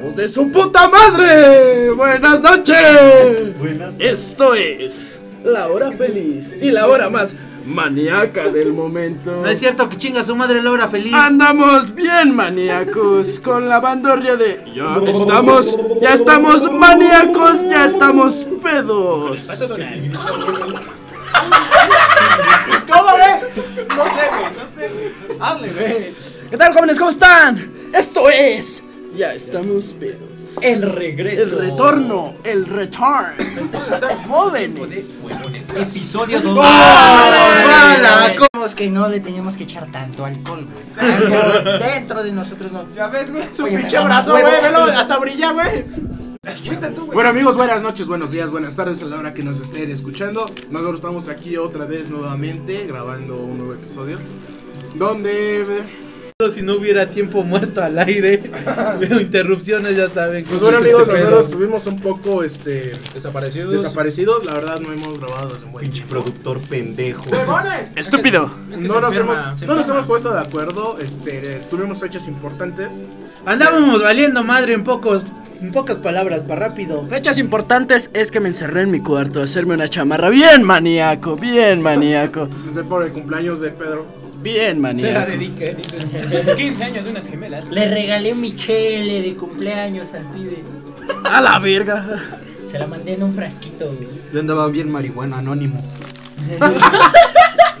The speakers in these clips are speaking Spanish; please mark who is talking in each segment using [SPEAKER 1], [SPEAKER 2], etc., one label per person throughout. [SPEAKER 1] ¡Hijos de su puta madre! ¡Buenas noches!
[SPEAKER 2] Buenas.
[SPEAKER 1] Esto es la hora feliz y la hora más maníaca del momento.
[SPEAKER 3] No es cierto que chinga su madre Laura feliz.
[SPEAKER 4] Ah,
[SPEAKER 1] Andamos bien maníacos con la bandorria de ya estamos, ya estamos maníacos, ya estamos pedos.
[SPEAKER 3] ¿Cómo, eh? No sé, güey, no sé, güey. Hable, güey.
[SPEAKER 1] ¿Qué tal jóvenes? ¿Cómo están? Esto es ya estamos pedos.
[SPEAKER 2] El regreso.
[SPEAKER 1] El retorno, el return. Jóvenes.
[SPEAKER 2] Episodio
[SPEAKER 4] Ah,
[SPEAKER 2] 2.
[SPEAKER 1] ¡Bala!
[SPEAKER 3] Bala, ¿cómo es que no le teníamos que echar tanto alcohol, güey? Dentro de nosotros no. Ya ves, güey, su pinche brazo, güey, velo, hasta brilla, güey.
[SPEAKER 4] Bueno amigos, buenas noches, buenos días, buenas tardes a la hora que nos estén escuchando. Nosotros estamos aquí otra vez nuevamente grabando un nuevo episodio. Donde...
[SPEAKER 5] Si no hubiera tiempo muerto al aire, veo interrupciones, ya saben.
[SPEAKER 4] Pues bueno amigos,
[SPEAKER 5] Este pedo.
[SPEAKER 4] nosotros estuvimos un poco este,
[SPEAKER 2] Desaparecidos.
[SPEAKER 4] desaparecidos. La verdad no hemos grabado desde un buen
[SPEAKER 2] Pinche
[SPEAKER 4] tiempo.
[SPEAKER 2] productor pendejo.
[SPEAKER 1] Estúpido.
[SPEAKER 4] No, nos, hemos, no nos hemos
[SPEAKER 3] puesto.
[SPEAKER 4] puesto de acuerdo, este, tuvimos fechas importantes.
[SPEAKER 5] Andábamos valiendo madre en pocos, en pocas palabras, para rápido.
[SPEAKER 1] Fechas importantes es que me encerré en mi cuarto a hacerme una chamarra bien maníaco, bien maníaco,
[SPEAKER 4] Desde por el cumpleaños de Pedro.
[SPEAKER 1] bien
[SPEAKER 2] Se la
[SPEAKER 1] maníaco.
[SPEAKER 2] dediqué, dices.
[SPEAKER 6] 15 años de unas gemelas.
[SPEAKER 3] Le regalé mi chele de cumpleaños al pibe.
[SPEAKER 1] A la verga.
[SPEAKER 3] Se la mandé en un frasquito, güey.
[SPEAKER 2] Yo andaba bien marihuana, anónimo.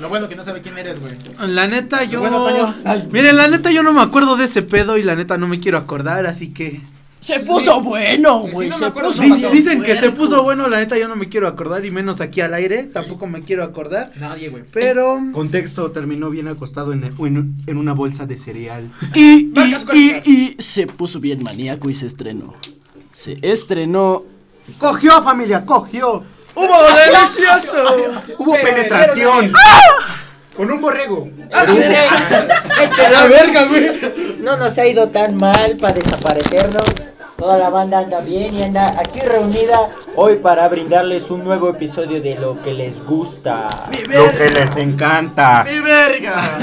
[SPEAKER 2] Lo bueno que no sabe quién eres, güey.
[SPEAKER 5] La neta, yo.
[SPEAKER 2] Bueno, Toño. Ay.
[SPEAKER 5] Miren, la neta, yo no me acuerdo de ese pedo y la neta no me quiero acordar, así que.
[SPEAKER 1] Se puso bueno, güey.
[SPEAKER 6] no me
[SPEAKER 1] se
[SPEAKER 6] acuerdo,
[SPEAKER 1] puso
[SPEAKER 6] no
[SPEAKER 5] Di-
[SPEAKER 6] pasó.
[SPEAKER 5] Dicen que se
[SPEAKER 1] puerco.
[SPEAKER 5] puso bueno, la neta, yo no me quiero acordar y menos aquí al aire, tampoco me quiero acordar.
[SPEAKER 2] Nadie, güey.
[SPEAKER 5] Pero.
[SPEAKER 7] Contexto, terminó bien acostado en, en- en una bolsa de cereal.
[SPEAKER 1] Y, y,
[SPEAKER 6] Marcas cuánticas.
[SPEAKER 1] y, y se puso bien maníaco y se estrenó. Se estrenó.
[SPEAKER 7] ¡Cogió, familia, cogió!
[SPEAKER 1] ¡Hubo delicioso!
[SPEAKER 7] ¡Hubo penetración!
[SPEAKER 5] ¡Ah!
[SPEAKER 2] Con un borrego.
[SPEAKER 3] Es que la verga, güey. No nos ha ido tan mal para desaparecernos. Toda la banda anda bien y anda aquí reunida hoy para brindarles un nuevo episodio de lo que les gusta.
[SPEAKER 1] ¡Mi
[SPEAKER 7] Lo que
[SPEAKER 1] verga!
[SPEAKER 7] les encanta.
[SPEAKER 1] ¡Mi verga!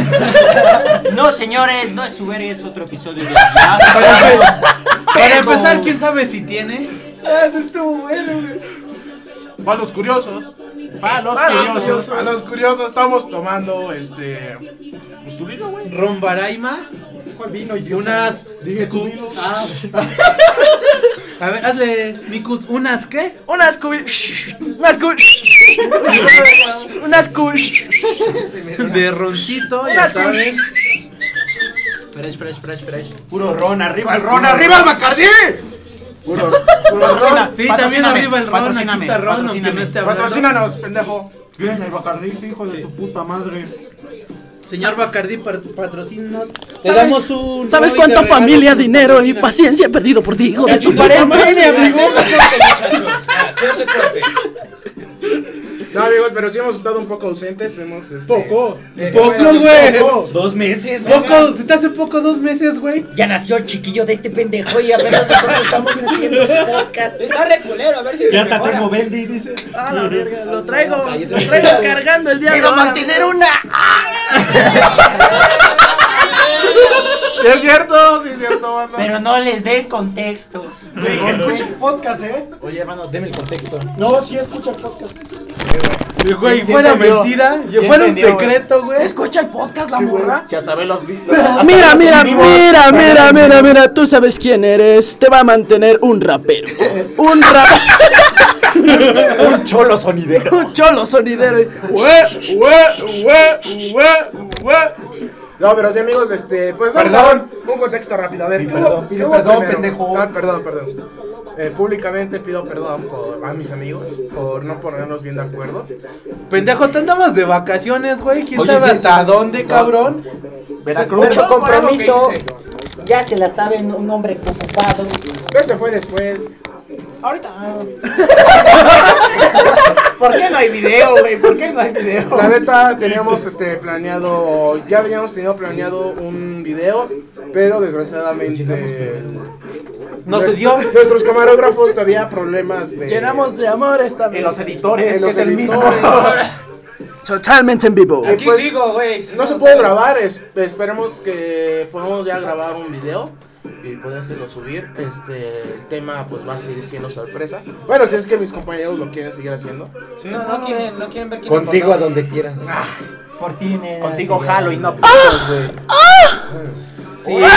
[SPEAKER 3] No, señores, no es subir, es otro episodio de
[SPEAKER 5] Para empezar, quién sabe si tiene.
[SPEAKER 4] Para los curiosos. Para los
[SPEAKER 1] Para los
[SPEAKER 4] curiosos.
[SPEAKER 1] curiosos.
[SPEAKER 4] Para los curiosos estamos tomando este... Pues tu vino, güey.
[SPEAKER 5] Rombaraima.
[SPEAKER 4] ¿Cuál vino?
[SPEAKER 5] Y unas.
[SPEAKER 4] Dije tu
[SPEAKER 5] cu-
[SPEAKER 4] vino.
[SPEAKER 5] Ah. A ver, hazle, Mikus, unas qué?
[SPEAKER 1] Unas cubi. Unas cubi. Unas cubi.
[SPEAKER 5] De roncito, ya
[SPEAKER 1] Unas cu-
[SPEAKER 5] saben.
[SPEAKER 2] Fresh, fresh, fresh, fresh.
[SPEAKER 7] Puro ron, arriba el
[SPEAKER 4] ¡Ron arriba el Bacardí! Puro, puro ron.
[SPEAKER 5] Sí, también
[SPEAKER 7] Patrocíname,
[SPEAKER 5] arriba el ron, aquí
[SPEAKER 7] patrocíname,
[SPEAKER 5] está ron, aunque no
[SPEAKER 7] patrocíname.
[SPEAKER 5] esté hablando.
[SPEAKER 4] Patrocínanos, pendejo.
[SPEAKER 7] Bien, el Bacardí, hijo de tu puta madre.
[SPEAKER 5] Señor Bacardí, par- patrocinos. Te
[SPEAKER 1] ¿Sabes-
[SPEAKER 5] damos un.
[SPEAKER 1] ¿Sabes
[SPEAKER 5] Roy
[SPEAKER 1] cuánta
[SPEAKER 5] de regalo?
[SPEAKER 1] familia, dinero y paciencia he perdido por ti, hijo de su puta madre, amigo?
[SPEAKER 6] muchachos. Hacer deporte.
[SPEAKER 4] No, amigos, pero sí hemos estado un poco ausentes. Hemos. Este...
[SPEAKER 2] Poco.
[SPEAKER 5] Eh, Poco, güey.
[SPEAKER 2] Dos meses,
[SPEAKER 5] Poco, se te hace poco dos meses, güey.
[SPEAKER 3] Ya nació el chiquillo de este pendejo y apenas nosotros estamos haciendo un podcast.
[SPEAKER 6] Está reculero, a ver si se
[SPEAKER 2] Ya hasta
[SPEAKER 6] mejora.
[SPEAKER 2] tengo Bendy, dice.
[SPEAKER 1] A la verga, lo traigo, lo traigo cargando el día de
[SPEAKER 3] Quiero
[SPEAKER 1] hoy.
[SPEAKER 3] mantener una.
[SPEAKER 4] Sí, es cierto, sí, es cierto, banda.
[SPEAKER 3] Pero no les dé el contexto.
[SPEAKER 2] escucha el
[SPEAKER 7] podcast, eh.
[SPEAKER 2] Oye, hermano, deme el contexto.
[SPEAKER 7] No, sí, escucha el podcast.
[SPEAKER 5] Güey, fuera mentira, fuera un secreto, güey.
[SPEAKER 3] Escucha el podcast, la morra.
[SPEAKER 2] Ya hasta ve los vi-
[SPEAKER 1] Mira, mira, mira, mira, mira, mira, tú sabes quién eres, te va a mantener un rapero. Un rapero,
[SPEAKER 2] Un cholo sonidero.
[SPEAKER 1] un cholo sonidero.
[SPEAKER 4] Ue, ue, ue, ue, ue. No, pero sí, amigos, este. Pues vamos a
[SPEAKER 2] Perdón.
[SPEAKER 4] dar un contexto rápido. A ver,
[SPEAKER 2] Pide
[SPEAKER 4] ¿qué hubo-
[SPEAKER 2] perdón, pide
[SPEAKER 4] qué hubo
[SPEAKER 2] perdón,
[SPEAKER 4] primero?
[SPEAKER 2] pendejo.
[SPEAKER 4] Ah, perdón, perdón. Eh, públicamente pido perdón por, a mis amigos por no ponernos bien de acuerdo.
[SPEAKER 5] Pendejo, te andabas de vacaciones, güey. ¿Quién
[SPEAKER 2] Oye,
[SPEAKER 5] sabe
[SPEAKER 2] sí,
[SPEAKER 5] hasta
[SPEAKER 2] sí.
[SPEAKER 5] dónde, cabrón?
[SPEAKER 2] Veracruz.
[SPEAKER 3] Mucho compromiso. Ya se la saben, un hombre ocupado.
[SPEAKER 4] ¿Qué se fue después?
[SPEAKER 3] ¿Por qué no hay video, güey? ¿Por qué no hay video?
[SPEAKER 4] La neta teníamos este planeado, ya habíamos tenido planeado un video, pero desgraciadamente
[SPEAKER 2] No se dio.
[SPEAKER 4] Nuestros camarógrafos había problemas de.
[SPEAKER 1] Llenamos de amor esta vez.
[SPEAKER 8] En los
[SPEAKER 2] Eh,
[SPEAKER 8] editores,
[SPEAKER 4] En
[SPEAKER 8] que
[SPEAKER 4] los
[SPEAKER 8] es el mismo.
[SPEAKER 4] editores.
[SPEAKER 1] Totalmente en vivo.
[SPEAKER 4] Eh,
[SPEAKER 5] Aquí
[SPEAKER 4] pues,
[SPEAKER 5] sigo, güey.
[SPEAKER 4] No se pudo grabar, es- esperemos que podamos ya grabar un video y podérselo subir. Este, el tema pues va a seguir siendo sorpresa. Bueno, si es que mis compañeros lo quieren seguir haciendo.
[SPEAKER 5] No, no quieren, no quieren ver quién
[SPEAKER 8] Contigo a
[SPEAKER 5] importa.
[SPEAKER 8] donde quieras.
[SPEAKER 3] Por ti, nena,
[SPEAKER 8] Contigo
[SPEAKER 3] sí,
[SPEAKER 8] jalo y
[SPEAKER 3] ya.
[SPEAKER 8] no
[SPEAKER 4] ¡Ah!
[SPEAKER 8] putas, güey.
[SPEAKER 2] Sí.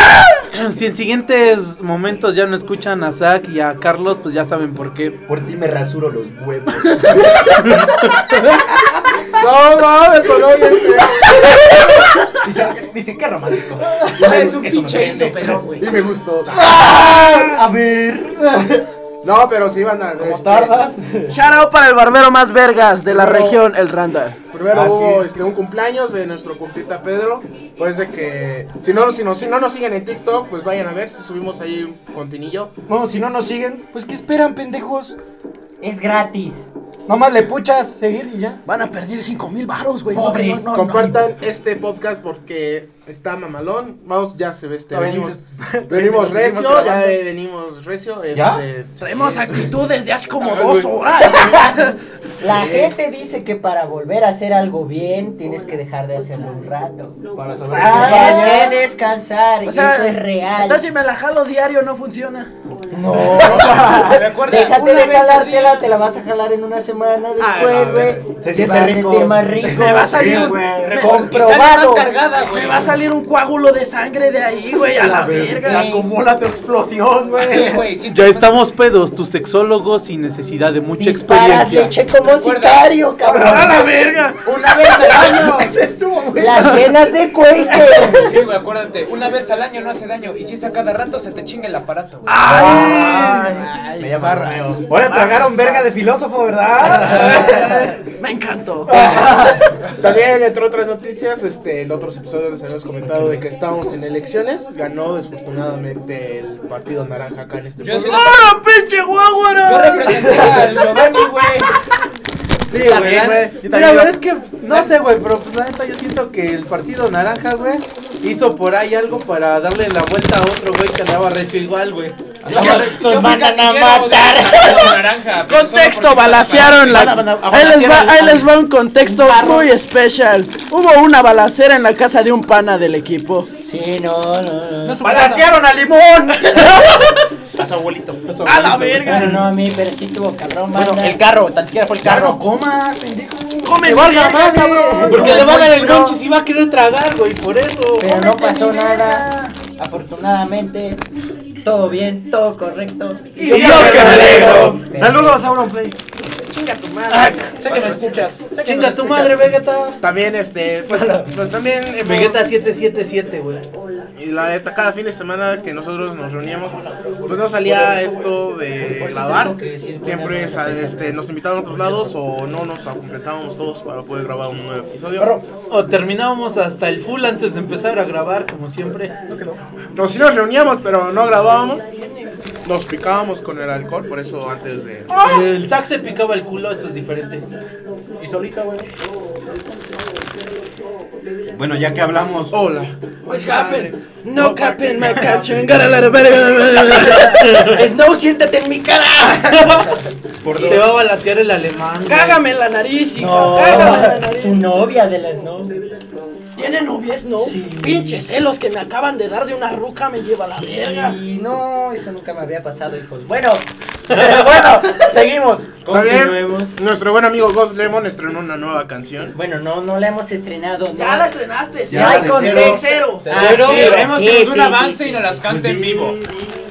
[SPEAKER 2] Si en siguientes momentos ya no escuchan a Zack y a Carlos, pues ya saben por qué.
[SPEAKER 8] Por ti me rasuro los huevos.
[SPEAKER 4] No, no, eso no,
[SPEAKER 8] Dice, dice qué romántico.
[SPEAKER 5] Es un
[SPEAKER 8] Eso me
[SPEAKER 5] pinche
[SPEAKER 8] prende.
[SPEAKER 5] hizo pelón, güey.
[SPEAKER 4] Y me gustó.
[SPEAKER 8] Ah,
[SPEAKER 3] A ver.
[SPEAKER 4] No, pero sí van a.
[SPEAKER 8] ¿Cómo
[SPEAKER 4] este,
[SPEAKER 8] tardas?
[SPEAKER 1] Shout out para el barbero más vergas de la región, el Randall.
[SPEAKER 4] Primero
[SPEAKER 8] Ah,
[SPEAKER 4] hubo
[SPEAKER 8] sí.
[SPEAKER 4] este, un cumpleaños de nuestro compita Pedro. Pues de que. Si no, si, no, si no nos siguen en TikTok, pues vayan a ver si subimos ahí un continillo.
[SPEAKER 8] No, si no nos siguen, pues ¿qué esperan, pendejos?
[SPEAKER 3] Es gratis.
[SPEAKER 8] Nomás le puchas, seguir y ya.
[SPEAKER 1] Van a perder 5 mil baros, güey.
[SPEAKER 3] Pobres.
[SPEAKER 1] Pues, No, no, no.
[SPEAKER 4] Compartan este podcast porque está mamalón. Vamos, ya se ve este.
[SPEAKER 8] No,
[SPEAKER 4] Venimos,
[SPEAKER 8] venimos-
[SPEAKER 4] venimos recio,
[SPEAKER 8] grabando.
[SPEAKER 4] ya eh, venimos recio.
[SPEAKER 8] ¿Ya?
[SPEAKER 4] este,
[SPEAKER 1] Traemos
[SPEAKER 4] eh,
[SPEAKER 1] actitudes de hace como dos horas.
[SPEAKER 3] La
[SPEAKER 4] Sí.
[SPEAKER 3] gente dice que para volver a hacer algo bien tienes que dejar de hacerlo un rato. Ah,
[SPEAKER 8] Para saber.
[SPEAKER 3] Tienes que descansar
[SPEAKER 1] O sea,
[SPEAKER 3] y eso es real.
[SPEAKER 1] Entonces si me la jalo diario no funciona.
[SPEAKER 8] No.
[SPEAKER 5] Recuerda,
[SPEAKER 3] Déjate
[SPEAKER 5] una
[SPEAKER 3] de
[SPEAKER 5] vez al
[SPEAKER 3] jalártela,
[SPEAKER 5] día.
[SPEAKER 3] te la vas a jalar en una semana
[SPEAKER 8] Ah, no,
[SPEAKER 3] después, güey.
[SPEAKER 8] se
[SPEAKER 3] te
[SPEAKER 8] siente
[SPEAKER 3] vas a
[SPEAKER 8] rico.
[SPEAKER 3] sentir más rico.
[SPEAKER 1] Me va a salir
[SPEAKER 8] Sí,
[SPEAKER 1] un-
[SPEAKER 8] güey.
[SPEAKER 1] me-
[SPEAKER 5] Y sale más
[SPEAKER 8] Comprobado.
[SPEAKER 5] cargada, güey.
[SPEAKER 1] me va a salir un coágulo de sangre de ahí, güey, a la
[SPEAKER 8] Se
[SPEAKER 1] verga.
[SPEAKER 8] acumula tu explosión,
[SPEAKER 5] Sí,
[SPEAKER 8] güey.
[SPEAKER 5] güey, sí,
[SPEAKER 2] Ya
[SPEAKER 5] te-
[SPEAKER 2] estamos pedos, tus sexólogos sin necesidad de mucha
[SPEAKER 3] Disparas
[SPEAKER 2] experiencia.
[SPEAKER 3] leche como
[SPEAKER 5] Recuerda.
[SPEAKER 3] sicario,
[SPEAKER 1] A la
[SPEAKER 3] cabrón.
[SPEAKER 1] verga.
[SPEAKER 5] Una vez al año.
[SPEAKER 3] Las llenas de Quaker.
[SPEAKER 5] Sí, güey, acuérdate. Una vez al año no hace daño. Y si es a cada rato, se te chinga el aparato, güey.
[SPEAKER 8] Ay, me llama Romeo. Ahora tragaron verga de filósofo,
[SPEAKER 4] Ah.
[SPEAKER 8] ¿verdad?
[SPEAKER 1] Me encantó.
[SPEAKER 4] También, entre otras noticias, este, el otro episodio les habíamos comentado de que estábamos en elecciones. Ganó desafortunadamente el partido naranja acá en este
[SPEAKER 5] Yo sí
[SPEAKER 4] pueblo.
[SPEAKER 1] ¡Ah, pinche
[SPEAKER 5] Yo
[SPEAKER 1] guaguara!
[SPEAKER 5] representé al Giovanni, güey.
[SPEAKER 2] Sí,
[SPEAKER 8] también, güey. Yo
[SPEAKER 2] Mira,
[SPEAKER 8] también.
[SPEAKER 2] güey, es que pues, no sé, güey, pero pues, la neta yo siento que el partido naranja, güey, hizo por ahí algo para darle la vuelta a otro güey que andaba recio igual, güey.
[SPEAKER 5] Yo fui- yo fui
[SPEAKER 3] mandan a
[SPEAKER 5] casillero
[SPEAKER 3] matar.
[SPEAKER 5] del partido naranja, pero solo
[SPEAKER 1] Contexto,
[SPEAKER 5] porque-
[SPEAKER 1] balacearon la...
[SPEAKER 8] Van a- van a-
[SPEAKER 1] Ahí les va,
[SPEAKER 8] balacearon
[SPEAKER 1] ahí
[SPEAKER 8] al-
[SPEAKER 1] les va un contexto muy especial. Hubo una balacera en la casa de un pana del equipo.
[SPEAKER 3] Sí, no, no, no.
[SPEAKER 8] ¡Balasearon a Limón! A su abuelito.
[SPEAKER 1] A la verga.
[SPEAKER 3] Bueno, no a mí, pero sí estuvo cabrón,
[SPEAKER 8] Bueno,
[SPEAKER 3] banda.
[SPEAKER 8] el carro, tan siquiera fue el carro.
[SPEAKER 2] coma, pendejo.
[SPEAKER 1] Come
[SPEAKER 8] valga
[SPEAKER 1] verga,
[SPEAKER 8] madre.
[SPEAKER 1] cabrón.
[SPEAKER 2] Porque le va a dar el
[SPEAKER 3] Pero-
[SPEAKER 2] lonche si va a querer tragar, güey, por eso.
[SPEAKER 3] Pero no pasó nada. Afortunadamente, todo bien, todo correcto.
[SPEAKER 8] Y yo que me alegro.
[SPEAKER 2] eh,
[SPEAKER 3] Saludos
[SPEAKER 8] a Auronplay. Sé que me escuchas.
[SPEAKER 2] Chinga tu madre, Vegeta.
[SPEAKER 4] También, este, pues, pues también. hemos-
[SPEAKER 2] Vegeta 777, güey.
[SPEAKER 4] Y la neta, cada fin de semana que nosotros nos reuníamos, pues no salía esto de grabar. Siempre sa- este, nos invitaban a otros lados o no nos completábamos todos para poder grabar un nuevo episodio.
[SPEAKER 2] O Oh, terminábamos hasta el full antes de empezar a grabar, como siempre.
[SPEAKER 4] No, sí nos reuníamos, pero no grabábamos. Nos picábamos con el alcohol, por eso antes de.
[SPEAKER 2] El sac se picaba el culo, eso es diferente.
[SPEAKER 8] Y solita, güey.
[SPEAKER 9] Bueno, ya que hablamos.
[SPEAKER 4] Hola.
[SPEAKER 1] No Pues capen, me cachen. gara, gara, gara, gara, gara.
[SPEAKER 3] Snow, siéntate en mi cara.
[SPEAKER 2] Te va a balasear el alemán. güey.
[SPEAKER 1] Cágame la nariz, hija.
[SPEAKER 3] No,
[SPEAKER 1] Cágame la nariz.
[SPEAKER 3] su novia de las Snow.
[SPEAKER 1] Tiene novias, ¿no? Pinches celos que me acaban de dar de una ruca me lleva a la verga.
[SPEAKER 3] Y no, eso nunca me había pasado, hijos. Bueno, pero bueno, seguimos.
[SPEAKER 4] También, nuestro buen amigo Ghost Lemon estrenó una nueva canción.
[SPEAKER 3] Bueno, no, no la hemos estrenado. No.
[SPEAKER 1] Ya la estrenaste,
[SPEAKER 3] Ya,
[SPEAKER 1] cero.
[SPEAKER 3] de
[SPEAKER 1] Cero,
[SPEAKER 3] Ah,
[SPEAKER 5] Pero
[SPEAKER 3] sí,
[SPEAKER 5] queremos
[SPEAKER 3] sí,
[SPEAKER 5] que nos dé un
[SPEAKER 3] sí,
[SPEAKER 5] avance
[SPEAKER 3] sí,
[SPEAKER 5] y nos las cante en vivo.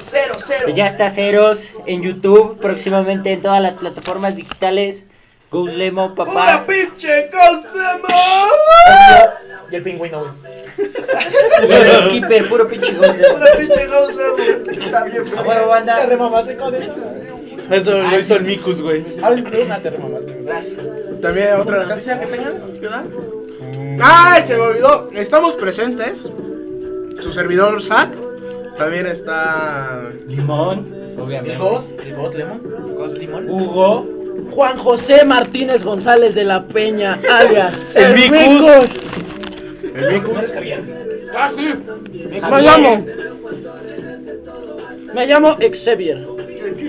[SPEAKER 1] cero, cero.
[SPEAKER 3] Ya está Ceros en YouTube, próximamente en todas las plataformas digitales. Goose Lemon, papá.
[SPEAKER 1] pinche costemo!
[SPEAKER 8] Y el pingüino, güey.
[SPEAKER 3] Y el skipper, puro pinche Goose Lemon.
[SPEAKER 1] pinche costemo!
[SPEAKER 8] Está bien,
[SPEAKER 3] A huevo, banda.
[SPEAKER 8] Te remamaste con esto.
[SPEAKER 2] Eso
[SPEAKER 8] Ah,
[SPEAKER 2] lo hizo el Mikus, güey.
[SPEAKER 8] Ahora es que una te remamaste. güey.
[SPEAKER 4] También otra noticia que tengan, ¿verdad? ¡Ay, se me olvidó! Estamos presentes. Su servidor, Zack. También está.
[SPEAKER 3] Limón,
[SPEAKER 8] El Ghost, el Ghost Lemon.
[SPEAKER 5] Cos limón.
[SPEAKER 3] Hugo,
[SPEAKER 1] Juan José Martínez González de la Peña, alias
[SPEAKER 2] El Vicus.
[SPEAKER 1] Vicus.
[SPEAKER 4] El Miku.
[SPEAKER 8] Está bien.
[SPEAKER 4] Me llamo.
[SPEAKER 1] Me llamo Xavier.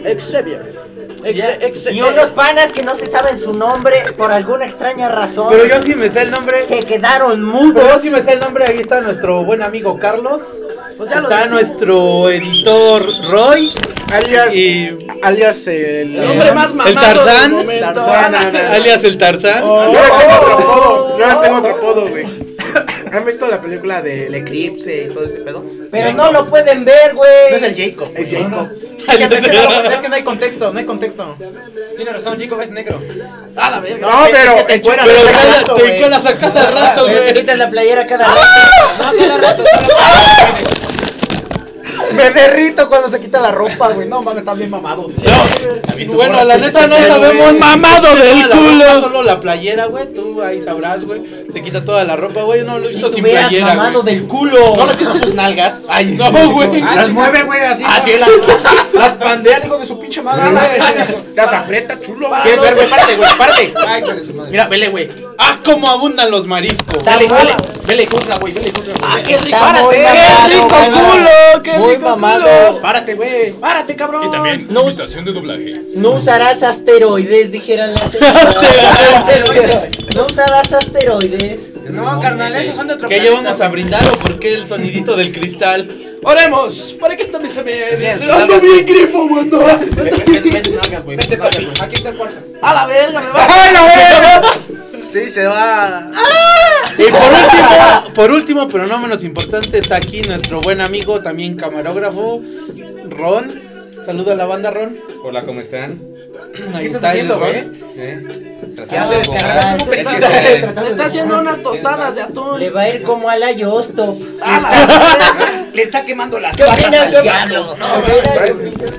[SPEAKER 1] Xavier. Exe- exe-
[SPEAKER 3] Y unos panas que no se saben su nombre por alguna extraña razón.
[SPEAKER 2] Pero yo sí me sé el nombre.
[SPEAKER 3] Se quedaron
[SPEAKER 2] Pero yo
[SPEAKER 3] mudos.
[SPEAKER 2] sí me sé el nombre. Ahí está nuestro buen amigo Carlos.
[SPEAKER 1] Pues ya lo
[SPEAKER 2] está
[SPEAKER 1] dije.
[SPEAKER 2] nuestro editor Roy.
[SPEAKER 5] Alias,
[SPEAKER 2] Y- eh,
[SPEAKER 5] alias el,
[SPEAKER 1] El hombre más mamado
[SPEAKER 2] El Tarzán.
[SPEAKER 1] del momento.
[SPEAKER 2] Tarzán, alias el Tarzán.
[SPEAKER 5] Yo ahora tengo otro apodo, yo ahora tengo otro apodo, güey. ¿Han visto la película del eclipse y todo ese pedo? No
[SPEAKER 3] Pero no lo pueden ver, güey.
[SPEAKER 5] es el Jacob. El Jacob.
[SPEAKER 2] Alias el Tarzán.
[SPEAKER 5] no hay contexto, no hay contexto.
[SPEAKER 4] Tiene razón, Jacob es negro.
[SPEAKER 5] No, pero el chiste-
[SPEAKER 2] Pero
[SPEAKER 5] pero-
[SPEAKER 2] cada- te cuelas a cada rato,
[SPEAKER 3] Pero te
[SPEAKER 2] güey.
[SPEAKER 3] quitas la playera cada rato. No, cada rato, cada rato. Me derrito cuando se quita la ropa, güey. No mames, está bien mamado.
[SPEAKER 2] No. Bueno, la neta no sabemos.
[SPEAKER 1] Mamado del
[SPEAKER 2] Toda la ropa,
[SPEAKER 1] culo.
[SPEAKER 2] Solo la playera, güey. Tú ahí sabrás, güey. Se quita toda la ropa, güey. No lo he
[SPEAKER 3] Si
[SPEAKER 2] visto sin
[SPEAKER 3] tuvieras
[SPEAKER 2] playera.
[SPEAKER 3] mamado
[SPEAKER 2] güey.
[SPEAKER 3] del culo.
[SPEAKER 2] No, es que son sus nalgas. Ay, no, güey.
[SPEAKER 4] Las mueve, güey, así. Así es la
[SPEAKER 2] Las pandea, digo, de su pinche madre.
[SPEAKER 5] Las aprieta, chulo.
[SPEAKER 2] ¿Quieres ver, güey? Párate, güey, párate.
[SPEAKER 4] Ay, hijo de su madre.
[SPEAKER 2] Mira, vele, güey. Ah, cómo abundan los mariscos.
[SPEAKER 3] Dale, dale.
[SPEAKER 2] Vele, juzga, güey, vele, juzga. güey.
[SPEAKER 3] Qué rico,
[SPEAKER 2] Párate.
[SPEAKER 1] ¡Qué rico culo! ¡Qué
[SPEAKER 3] Muy
[SPEAKER 1] rico
[SPEAKER 3] mamado.
[SPEAKER 1] culo!
[SPEAKER 2] Párate, güey.
[SPEAKER 1] ¡Párate, cabrón!
[SPEAKER 10] Y también,
[SPEAKER 3] No.
[SPEAKER 10] invitación de doblaje.
[SPEAKER 3] No usarás asteroides, dijeran las señoras. Asteroides. No usarás asteroides.
[SPEAKER 4] No, carnal, esos son de otro
[SPEAKER 2] ¿Qué
[SPEAKER 4] planeta.
[SPEAKER 2] llevamos a brindar o por qué el sonidito del cristal?
[SPEAKER 1] ¡Oremos! ¿Para qué esta mesa me.?
[SPEAKER 4] cierto.
[SPEAKER 1] ¡Ando bien grifo, güey! ando-
[SPEAKER 4] Vete, papi, aquí está el cuarto.
[SPEAKER 1] ¡A la verga, me va!
[SPEAKER 2] ¡Ay, la
[SPEAKER 5] Sí, se va.
[SPEAKER 2] Y por último, por último, pero no menos importante, está aquí nuestro buen amigo, también camarógrafo, Ron. Saluda a la banda, Ron.
[SPEAKER 11] Hola, ¿cómo están?
[SPEAKER 2] Ahí
[SPEAKER 4] estás
[SPEAKER 2] está el
[SPEAKER 4] haciendo,
[SPEAKER 2] Ron.
[SPEAKER 11] ¿Eh?
[SPEAKER 4] ¿Qué haces, carnal? ¿Cómo
[SPEAKER 3] Es que
[SPEAKER 4] estás?
[SPEAKER 3] se-
[SPEAKER 4] Ay,
[SPEAKER 1] Se está haciendo unas tostadas de atún.
[SPEAKER 3] Le va a ir como a la Yostop.
[SPEAKER 1] ¡A la verga!
[SPEAKER 4] Le está quemando las
[SPEAKER 3] ¿Qué opinas, yo? ¿Qué opinas?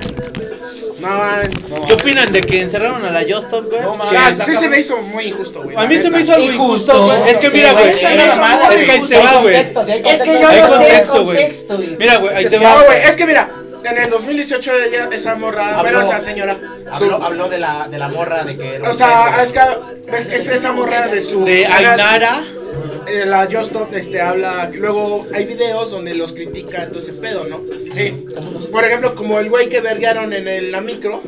[SPEAKER 5] No, mames.
[SPEAKER 2] ¿Qué opinan de que encerraron a la Justop, güey?
[SPEAKER 4] No,
[SPEAKER 2] Pues
[SPEAKER 4] man.
[SPEAKER 2] que-
[SPEAKER 5] Ah, sí se me hizo muy injusto, güey.
[SPEAKER 2] a mí se me hizo
[SPEAKER 5] La
[SPEAKER 2] algo injusto,
[SPEAKER 3] Injusto.
[SPEAKER 2] güey. Es que mira,
[SPEAKER 3] Sí,
[SPEAKER 2] güey.
[SPEAKER 3] güey,
[SPEAKER 2] Es
[SPEAKER 3] se
[SPEAKER 2] que
[SPEAKER 3] me hizo
[SPEAKER 4] mal,
[SPEAKER 2] ahí
[SPEAKER 4] injusto,
[SPEAKER 2] te va, güey.
[SPEAKER 3] Es que yo
[SPEAKER 2] Hay
[SPEAKER 3] no sé el
[SPEAKER 2] contexto, güey.
[SPEAKER 3] contexto, güey.
[SPEAKER 2] Mira, güey, ahí te
[SPEAKER 5] neta.
[SPEAKER 2] va,
[SPEAKER 5] No,
[SPEAKER 2] güey.
[SPEAKER 5] güey, es que mira, en el 2018 ella, esa morra, bueno, esa señora, su-
[SPEAKER 12] de la, de la morra de que
[SPEAKER 5] o sea, es que es, es esa morra de su
[SPEAKER 2] De Ainara.
[SPEAKER 5] Eh, la Just Stop, este, habla. Luego hay videos donde los critica todo ese pedo, ¿no?
[SPEAKER 4] Sí.
[SPEAKER 5] Por ejemplo, como el güey que vergaron en el, la micro.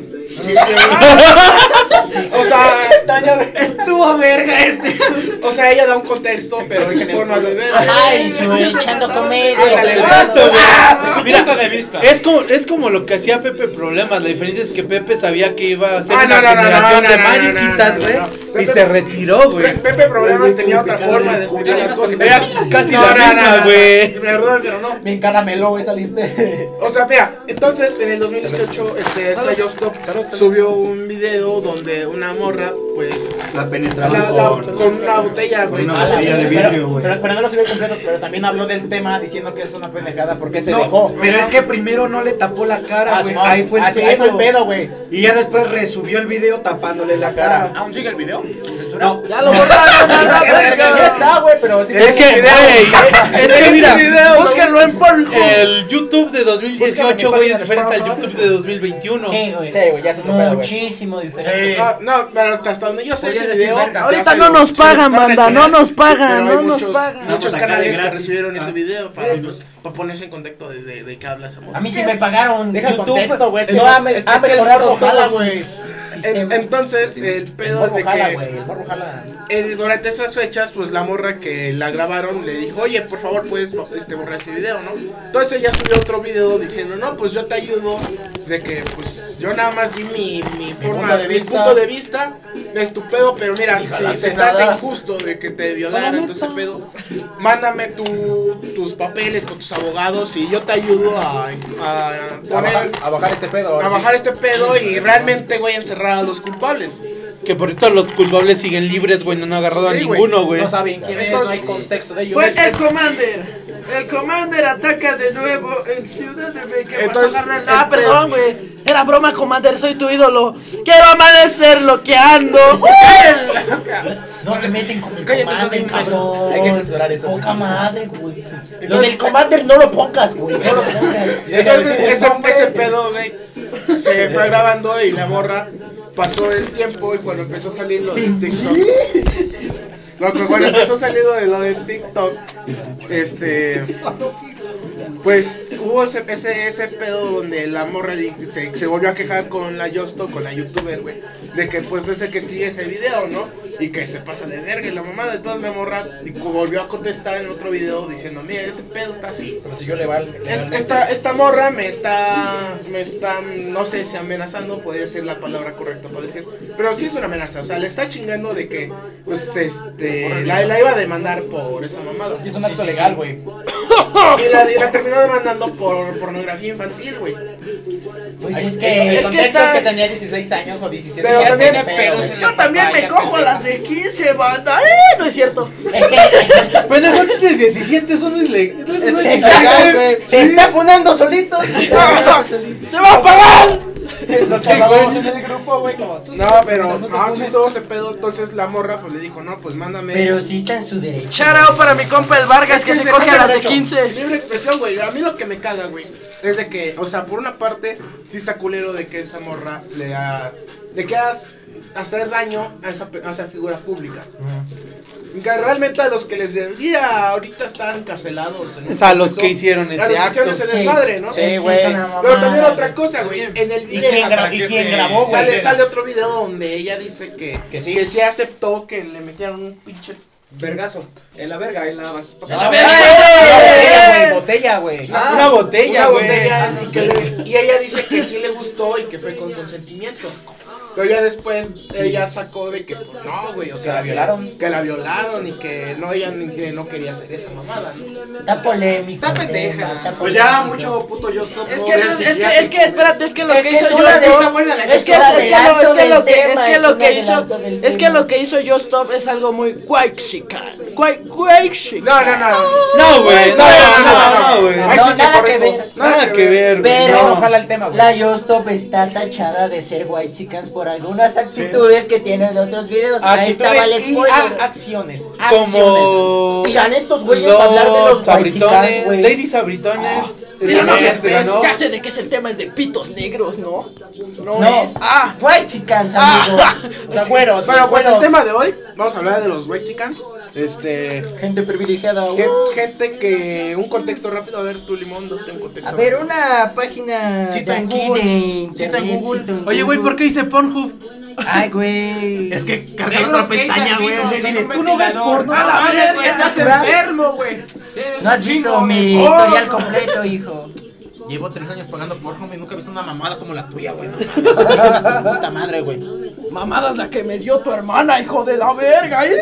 [SPEAKER 5] o sea,
[SPEAKER 1] Estuvo verga ese.
[SPEAKER 5] o sea, ella da un contexto, pero es por no lo ver.
[SPEAKER 3] Ay, su echando
[SPEAKER 5] Ándale, Ah,
[SPEAKER 3] comedia.
[SPEAKER 2] Exacto, güey.
[SPEAKER 4] su
[SPEAKER 2] Mira,
[SPEAKER 4] punto de vista.
[SPEAKER 2] Es como, es como lo que hacía Pepe Problemas. La diferencia es que Pepe sabía que iba a ser
[SPEAKER 5] Ah, no,
[SPEAKER 2] una
[SPEAKER 5] no, no,
[SPEAKER 2] generación
[SPEAKER 5] no,
[SPEAKER 2] de
[SPEAKER 5] no, no,
[SPEAKER 2] mariquitas,
[SPEAKER 5] no, no,
[SPEAKER 2] güey.
[SPEAKER 5] no, no.
[SPEAKER 2] Y se retiró, güey.
[SPEAKER 5] Pe- Pepe Problemas tenía otra forma de explicar las cosas.
[SPEAKER 2] Era casi la misma, güey.
[SPEAKER 5] Perdón, pero no.
[SPEAKER 3] Me encarameló, güey, saliste.
[SPEAKER 5] O sea, mira, entonces en el 2018, este, esa Just Stop subió un video donde una morra, pues,
[SPEAKER 13] La
[SPEAKER 5] la-
[SPEAKER 13] penetraron
[SPEAKER 5] la-
[SPEAKER 13] con,
[SPEAKER 5] con una botella, güey.
[SPEAKER 13] una botella de vidrio, güey.
[SPEAKER 12] no lo subió completo, pero también habló del tema diciendo que es una pendejada porque se
[SPEAKER 13] No,
[SPEAKER 12] dejó.
[SPEAKER 13] pero es que primero no le tapó la cara,
[SPEAKER 12] Ah,
[SPEAKER 13] güey.
[SPEAKER 12] Simón.
[SPEAKER 13] ahí fue el
[SPEAKER 12] Ah, sí,
[SPEAKER 13] pedo.
[SPEAKER 12] ahí fue el pedo, güey.
[SPEAKER 13] Y ya después resubió el video tapándole la cara.
[SPEAKER 4] ¿Aún sigue el video? ¿Sin censura?
[SPEAKER 13] No,
[SPEAKER 1] Ya lo borraron, a la
[SPEAKER 12] Sí
[SPEAKER 1] verga.
[SPEAKER 12] está, güey, pero...
[SPEAKER 2] Es que, güey, es que mira,
[SPEAKER 5] Este
[SPEAKER 1] Búsquenlo en Pornhub.
[SPEAKER 2] el YouTube de 2018, güey, es diferente al YouTube de 2021.
[SPEAKER 3] Sí, güey.
[SPEAKER 12] Sí, güey, ya se topea, güey.
[SPEAKER 3] Muchísimo diferente.
[SPEAKER 5] No, Ah, no, pero hasta donde yo sé
[SPEAKER 12] Oye,
[SPEAKER 5] ese
[SPEAKER 12] decir,
[SPEAKER 5] video.
[SPEAKER 12] verga,
[SPEAKER 5] ya
[SPEAKER 1] Ahorita
[SPEAKER 5] se
[SPEAKER 1] no
[SPEAKER 5] lo-
[SPEAKER 1] nos
[SPEAKER 5] se
[SPEAKER 1] pagan,
[SPEAKER 5] lo están
[SPEAKER 1] banda. No
[SPEAKER 5] retirando.
[SPEAKER 1] nos pagan,
[SPEAKER 5] Pero hay
[SPEAKER 1] no nos
[SPEAKER 5] muchos-
[SPEAKER 1] pagan.
[SPEAKER 3] pues,
[SPEAKER 5] Muchos
[SPEAKER 4] acá de
[SPEAKER 5] canales que
[SPEAKER 4] gratis.
[SPEAKER 5] recibieron ese video para, pues, para ponerse en contacto de, de, de qué habla esa
[SPEAKER 3] Ah. A
[SPEAKER 5] morra.
[SPEAKER 3] mí sí me pagaron
[SPEAKER 12] Deja el
[SPEAKER 3] YouTube.
[SPEAKER 12] contexto, güey. es que
[SPEAKER 3] No,
[SPEAKER 12] no-
[SPEAKER 3] ha me-
[SPEAKER 12] es que
[SPEAKER 3] ha
[SPEAKER 12] es que el
[SPEAKER 3] mejorado
[SPEAKER 12] morbo jala,
[SPEAKER 3] todos
[SPEAKER 12] güey.
[SPEAKER 3] sus
[SPEAKER 5] En-
[SPEAKER 3] sistemas.
[SPEAKER 12] Pues
[SPEAKER 5] entonces, el
[SPEAKER 12] El
[SPEAKER 5] pedo es
[SPEAKER 12] morbo
[SPEAKER 5] de
[SPEAKER 12] jala,
[SPEAKER 5] que
[SPEAKER 12] güey. El morbo jala.
[SPEAKER 5] eh, durante esas fechas, pues la morra que la grabaron le dijo, oye, por favor, puedes este, borrar ese video, ¿no? Entonces ella subió otro video diciendo, no, pues yo te ayudo, de que, pues, yo nada más di mi, mi forma,
[SPEAKER 12] punto de
[SPEAKER 5] mi
[SPEAKER 12] vista.
[SPEAKER 5] punto de vista, es tu pedo, pero mira, si
[SPEAKER 12] jalaste
[SPEAKER 5] se te hace
[SPEAKER 12] nada.
[SPEAKER 5] injusto de que te violaran, todo ese pedo, mándame tu- tus papeles con tus abogados y yo te ayudo a, a
[SPEAKER 12] A
[SPEAKER 5] poner-
[SPEAKER 12] bajar, a bajar este pedo. ahora
[SPEAKER 5] a
[SPEAKER 12] sí.
[SPEAKER 5] bajar este pedo y realmente, güey, encerrar a los culpables.
[SPEAKER 2] Que por cierto, los culpables siguen libres, güey, no han
[SPEAKER 5] Sí,
[SPEAKER 2] agarrado a
[SPEAKER 5] güey.
[SPEAKER 2] ninguno, güey.
[SPEAKER 12] No saben quién es, no hay
[SPEAKER 5] Entonces-
[SPEAKER 12] contexto de ellos.
[SPEAKER 1] Fue Pues, el Commander. El Commander ataca de nuevo en Ciudad de México.
[SPEAKER 5] Entonces,
[SPEAKER 1] ah,
[SPEAKER 5] el-
[SPEAKER 1] perdón, güey. Era broma, Commander. Soy tu ídolo. Quiero amanecer lo que ando.
[SPEAKER 3] No se meten con el
[SPEAKER 4] Cállate,
[SPEAKER 3] Commander,
[SPEAKER 4] no, no, no,
[SPEAKER 3] cabrón.
[SPEAKER 12] hay que censurar eso.
[SPEAKER 3] Poca madre, güey. Lo
[SPEAKER 5] Entonces-
[SPEAKER 3] del Commander no lo pongas, güey. No lo pongas.
[SPEAKER 5] Entonces, ese, ese pedo, güey, se fue grabando y la morra pasó el tiempo y cuando empezó a salir lo de TikTok. Lo que- cuando empezó a salir lo de lo de TikTok, este. Pues hubo ese, ese, ese pedo donde la morra di- se, se volvió a quejar con la Yosto, con la youtuber, güey, de que pues es el que sigue ese video, ¿no? Y que se pasa de verga y la mamada. Entonces la morra di- volvió a contestar en otro video diciendo, mira, este pedo está así.
[SPEAKER 4] Pero si yo le val- le
[SPEAKER 5] Es-
[SPEAKER 4] val-
[SPEAKER 5] Esta, esta morra me está, me está, no sé si amenazando, podría ser la palabra correcta para decir, pero sí es una amenaza, o sea, le está chingando de que, pues, este, la, la iba a demandar por esa mamada.
[SPEAKER 4] Y es un acto legal, güey.
[SPEAKER 5] Y la, y la terminó demandando por pornografía infantil, güey.
[SPEAKER 14] Pues
[SPEAKER 4] Ahí-
[SPEAKER 14] es que.
[SPEAKER 4] el
[SPEAKER 14] Es
[SPEAKER 4] contexto
[SPEAKER 5] está-
[SPEAKER 4] es que tenía 16 años o 17
[SPEAKER 5] Pero
[SPEAKER 14] ya
[SPEAKER 4] años.
[SPEAKER 5] también-
[SPEAKER 14] tiene pedos en la
[SPEAKER 5] Yo también me
[SPEAKER 14] papaya,
[SPEAKER 5] cojo a
[SPEAKER 14] pendejo.
[SPEAKER 5] las de 15, banda. ¡Eh! No es cierto.
[SPEAKER 3] Es que
[SPEAKER 2] Pendejo, antes de 17, eso no es legal. Eso no
[SPEAKER 3] se
[SPEAKER 2] es
[SPEAKER 3] está,
[SPEAKER 2] ilegal, güey.
[SPEAKER 3] se está funando solito. se está funando solito.
[SPEAKER 5] ¡Se va a pagar!
[SPEAKER 4] Nos hablábamos en el grupo, güey, como tú.
[SPEAKER 5] No, pero no,
[SPEAKER 4] te pones-
[SPEAKER 5] sí estuvo ese pedo. Entonces la morra pues le dijo, no, pues mándame.
[SPEAKER 3] Pero sí está en su derecho.
[SPEAKER 1] Shout out para mi compa el Vargas que se coge a las de 15.
[SPEAKER 5] Libre expresión, güey. A mí lo que me caga, güey, es de que, o sea, por una parte, sí está culero de que esa morra le ha. le quieras hacer daño a esa, pe- a esa figura pública.
[SPEAKER 3] Mm.
[SPEAKER 5] Que realmente a los que les debía ahorita están encarcelados. ¿no?
[SPEAKER 2] Es a los que hicieron
[SPEAKER 5] A
[SPEAKER 2] ese
[SPEAKER 5] los que hicieron
[SPEAKER 2] acto.
[SPEAKER 5] ese
[SPEAKER 3] Sí.
[SPEAKER 5] desmadre, ¿no?
[SPEAKER 3] Sí, es
[SPEAKER 4] güey.
[SPEAKER 3] una mamada,
[SPEAKER 5] Pero también
[SPEAKER 3] güey.
[SPEAKER 5] otra cosa, güey. En el
[SPEAKER 4] ¿Y
[SPEAKER 5] video
[SPEAKER 4] quién, gra- y quién grabó, güey?
[SPEAKER 5] sale, sale otro video donde ella dice que,
[SPEAKER 4] Que sí.
[SPEAKER 5] se aceptó que le metieron un pinche vergazo en la verga, en la
[SPEAKER 4] No,
[SPEAKER 5] en la
[SPEAKER 4] güey,
[SPEAKER 5] verga.
[SPEAKER 4] güey, Botella, güey. botella, güey.
[SPEAKER 5] Ah,
[SPEAKER 2] Una botella,
[SPEAKER 5] una
[SPEAKER 2] güey.
[SPEAKER 5] botella, y, que le- y ella dice que sí le gustó y que fue con consentimiento. Pero ya después ella sacó de que pues, no, güey, o sea,
[SPEAKER 4] la
[SPEAKER 5] que-
[SPEAKER 4] violaron.
[SPEAKER 5] Que la violaron y que no, ella ni- que no quería hacer esa mamada, ¿no?
[SPEAKER 3] Está polémico.
[SPEAKER 14] Está pendeja.
[SPEAKER 3] el tema, está
[SPEAKER 15] Pues ya
[SPEAKER 3] polémico.
[SPEAKER 15] mucho puto yo estoy.
[SPEAKER 1] Es que, eso- es, que, es que, espérate, es que lo
[SPEAKER 3] Es
[SPEAKER 1] que
[SPEAKER 3] que
[SPEAKER 1] hizo
[SPEAKER 3] es una
[SPEAKER 1] Just
[SPEAKER 3] de-
[SPEAKER 1] Stop-
[SPEAKER 14] buena la
[SPEAKER 1] es que-
[SPEAKER 3] es un
[SPEAKER 1] es que lo- es que lo
[SPEAKER 3] adelanto
[SPEAKER 1] que-
[SPEAKER 3] del
[SPEAKER 1] es que lo
[SPEAKER 3] tema, es
[SPEAKER 1] que
[SPEAKER 3] un
[SPEAKER 1] hizo,
[SPEAKER 3] adelanto del
[SPEAKER 1] es que
[SPEAKER 3] tema.
[SPEAKER 1] lo que hizo Just Stop es algo muy guaxican, guay- guaxican.
[SPEAKER 5] No, no, no.
[SPEAKER 2] No, güey. No, no, no, no, güey.
[SPEAKER 3] No,
[SPEAKER 5] Ahí sí te
[SPEAKER 3] nada que
[SPEAKER 5] corrijo.
[SPEAKER 3] ver.
[SPEAKER 2] Nada que ver, güey.
[SPEAKER 3] Pero
[SPEAKER 2] no.
[SPEAKER 4] Ojalá el tema, güey.
[SPEAKER 3] La Yostop está tachada de ser white chicans por algunas actitudes que tienen de otros videos. Ahí estaba el
[SPEAKER 4] Actitudes y a-
[SPEAKER 3] spoiler.
[SPEAKER 4] acciones. Acciones.
[SPEAKER 2] Como.
[SPEAKER 3] Digan estos güeyes a hablar de los
[SPEAKER 2] sabritones.
[SPEAKER 3] guaychicans, güey.
[SPEAKER 2] Lady Sabritones.
[SPEAKER 1] Pero no,
[SPEAKER 2] Remix te ganó.
[SPEAKER 1] ya sé de qué es el tema, es de pitos negros, ¿no?
[SPEAKER 3] No, ah, white chicans,
[SPEAKER 1] Ah.
[SPEAKER 3] amigo.
[SPEAKER 4] O sea, güeros,
[SPEAKER 5] Pero pues el
[SPEAKER 4] güeros.
[SPEAKER 5] tema de hoy, vamos a hablar de los white chickens. Este.
[SPEAKER 3] Gente privilegiada.
[SPEAKER 5] gen-
[SPEAKER 3] uh.
[SPEAKER 5] Gente que. Un contexto rápido, a ver, tu limón, no tengo contexto.
[SPEAKER 3] A ver, una página
[SPEAKER 4] Cita
[SPEAKER 3] de
[SPEAKER 4] en
[SPEAKER 3] aquí
[SPEAKER 4] Google.
[SPEAKER 3] de
[SPEAKER 4] Cita en
[SPEAKER 3] internet.
[SPEAKER 4] Google.
[SPEAKER 3] cita en
[SPEAKER 15] Oye, güey, ¿por qué hice Pornhub?
[SPEAKER 3] Ay, güey.
[SPEAKER 15] Es que carga la otra pestaña, güey.
[SPEAKER 4] Tú no ves porno.
[SPEAKER 14] A la verga,
[SPEAKER 3] estás
[SPEAKER 14] estás enfermo, güey.
[SPEAKER 3] No has visto mi historial completo, hijo.
[SPEAKER 15] Llevo tres años pagando Pornhub y nunca he visto una mamada como la tuya, güey. no mames. Puta madre, güey.
[SPEAKER 1] Mamadas la que me dio tu hermana, hijo de la verga. ¿eh?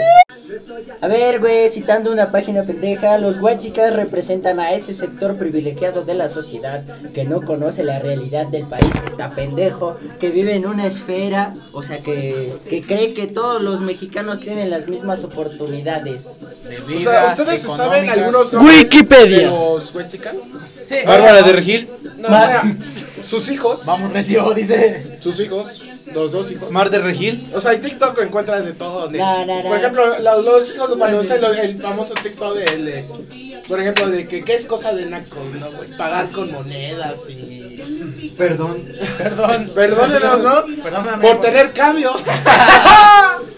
[SPEAKER 3] A ver, güey, citando una página pendeja, los huachicas representan a ese sector privilegiado de la sociedad que no conoce la realidad del país, que está pendejo, que vive en una esfera, o sea, que, que cree que todos los mexicanos tienen las mismas oportunidades.
[SPEAKER 5] O sea, ¿ustedes se saben algunos nombres de
[SPEAKER 1] Wikipedia.
[SPEAKER 5] los white chickens?
[SPEAKER 14] Sí.
[SPEAKER 2] Bárbara de Regil.
[SPEAKER 5] No,
[SPEAKER 3] Ma-
[SPEAKER 5] vea, sus hijos,
[SPEAKER 4] Vamos, recio, dice.
[SPEAKER 5] sus hijos, los dos hijos.
[SPEAKER 2] Mar de Regil.
[SPEAKER 5] O sea, en TikTok encuentras de todo. donde-
[SPEAKER 3] No, no, no.
[SPEAKER 5] Por ejemplo, los, los hijos cuando usan los- el famoso TikTok de, de- Por ejemplo, de que qué es cosa de nacos, ¿no, güey? Pagar con monedas y.
[SPEAKER 15] Perdón.
[SPEAKER 4] Perdón.
[SPEAKER 5] Perdónenos, ¿no?
[SPEAKER 4] Perdóname.
[SPEAKER 5] Por tener cambio.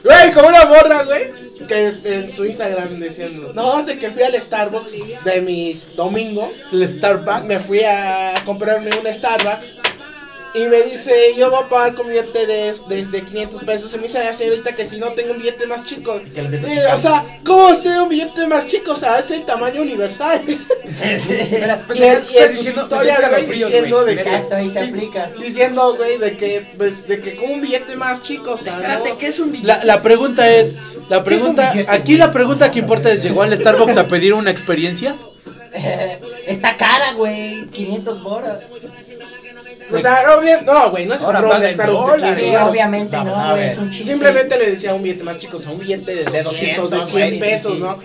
[SPEAKER 5] Güey, como una morra, güey. Que este, en su Instagram diciendo, no, de que fui al Starbucks de mis domingo.
[SPEAKER 2] El Starbucks.
[SPEAKER 5] Me fui a comprarme un Starbucks. Y me dice, yo voy a pagar con billete de, desde 500 pesos. Y me dice la señorita que si no tengo un billete más chico.
[SPEAKER 4] que le des a
[SPEAKER 5] Eh,
[SPEAKER 4] chicar.
[SPEAKER 5] o sea, ¿cómo usted un billete más chico? O sea, es el tamaño universal.
[SPEAKER 14] De las
[SPEAKER 5] y
[SPEAKER 14] pendejas
[SPEAKER 5] en,
[SPEAKER 14] que
[SPEAKER 5] y Pues en
[SPEAKER 14] estás
[SPEAKER 5] sus
[SPEAKER 14] diciendo,
[SPEAKER 5] historias,
[SPEAKER 14] me
[SPEAKER 5] güey,
[SPEAKER 14] escalofríos,
[SPEAKER 5] diciendo de que...
[SPEAKER 3] Exacto, ahí se aplica.
[SPEAKER 5] Diciendo, güey, de que, pues, de que con un billete más chico, o sea,
[SPEAKER 1] Espérate,
[SPEAKER 5] no.
[SPEAKER 1] ¿qué es un billete?
[SPEAKER 2] La, la pregunta es, la pregunta, aquí la pregunta que importa es, ¿llegó al Starbucks a pedir una experiencia?
[SPEAKER 3] Está cara, güey, 500 boras.
[SPEAKER 5] O sea, no, bien, no, güey, no es
[SPEAKER 4] Ahora
[SPEAKER 5] compró un
[SPEAKER 4] paga en
[SPEAKER 5] Starbucks.
[SPEAKER 4] dólares.
[SPEAKER 5] aquí,
[SPEAKER 3] Sí,
[SPEAKER 5] claro.
[SPEAKER 3] obviamente
[SPEAKER 4] Vamos
[SPEAKER 3] no,
[SPEAKER 4] a
[SPEAKER 3] güey,
[SPEAKER 4] ver.
[SPEAKER 3] es un chiste.
[SPEAKER 5] Simplemente le decía un billete más chico, o sea, un billete de
[SPEAKER 4] De
[SPEAKER 5] 200,
[SPEAKER 4] 200,
[SPEAKER 5] de 100
[SPEAKER 4] güey, sí,
[SPEAKER 5] pesos,
[SPEAKER 4] sí.
[SPEAKER 5] ¿no?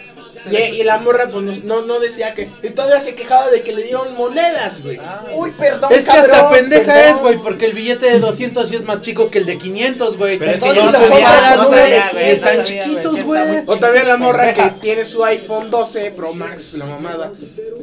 [SPEAKER 5] Y, y la morra, pues, no, no decía que... Y todavía se quejaba de que le dieron monedas, güey.
[SPEAKER 4] Ah.
[SPEAKER 3] Uy, perdón,
[SPEAKER 2] Es que hasta
[SPEAKER 3] cabrón,
[SPEAKER 2] pendeja
[SPEAKER 3] perdón.
[SPEAKER 2] es, güey, porque el billete de 200 sí es más chico que el de 500, güey.
[SPEAKER 4] Pero es que
[SPEAKER 2] Entonces,
[SPEAKER 4] yo no
[SPEAKER 2] se
[SPEAKER 4] sabía,
[SPEAKER 2] comparan,
[SPEAKER 4] no
[SPEAKER 2] güey,
[SPEAKER 4] sabía, güey,
[SPEAKER 2] y
[SPEAKER 4] no
[SPEAKER 2] están
[SPEAKER 4] sabía, güey,
[SPEAKER 2] chiquitos,
[SPEAKER 4] que es
[SPEAKER 2] güey.
[SPEAKER 4] O también la morra que tiene su iPhone 12 Pro Max, la mamada.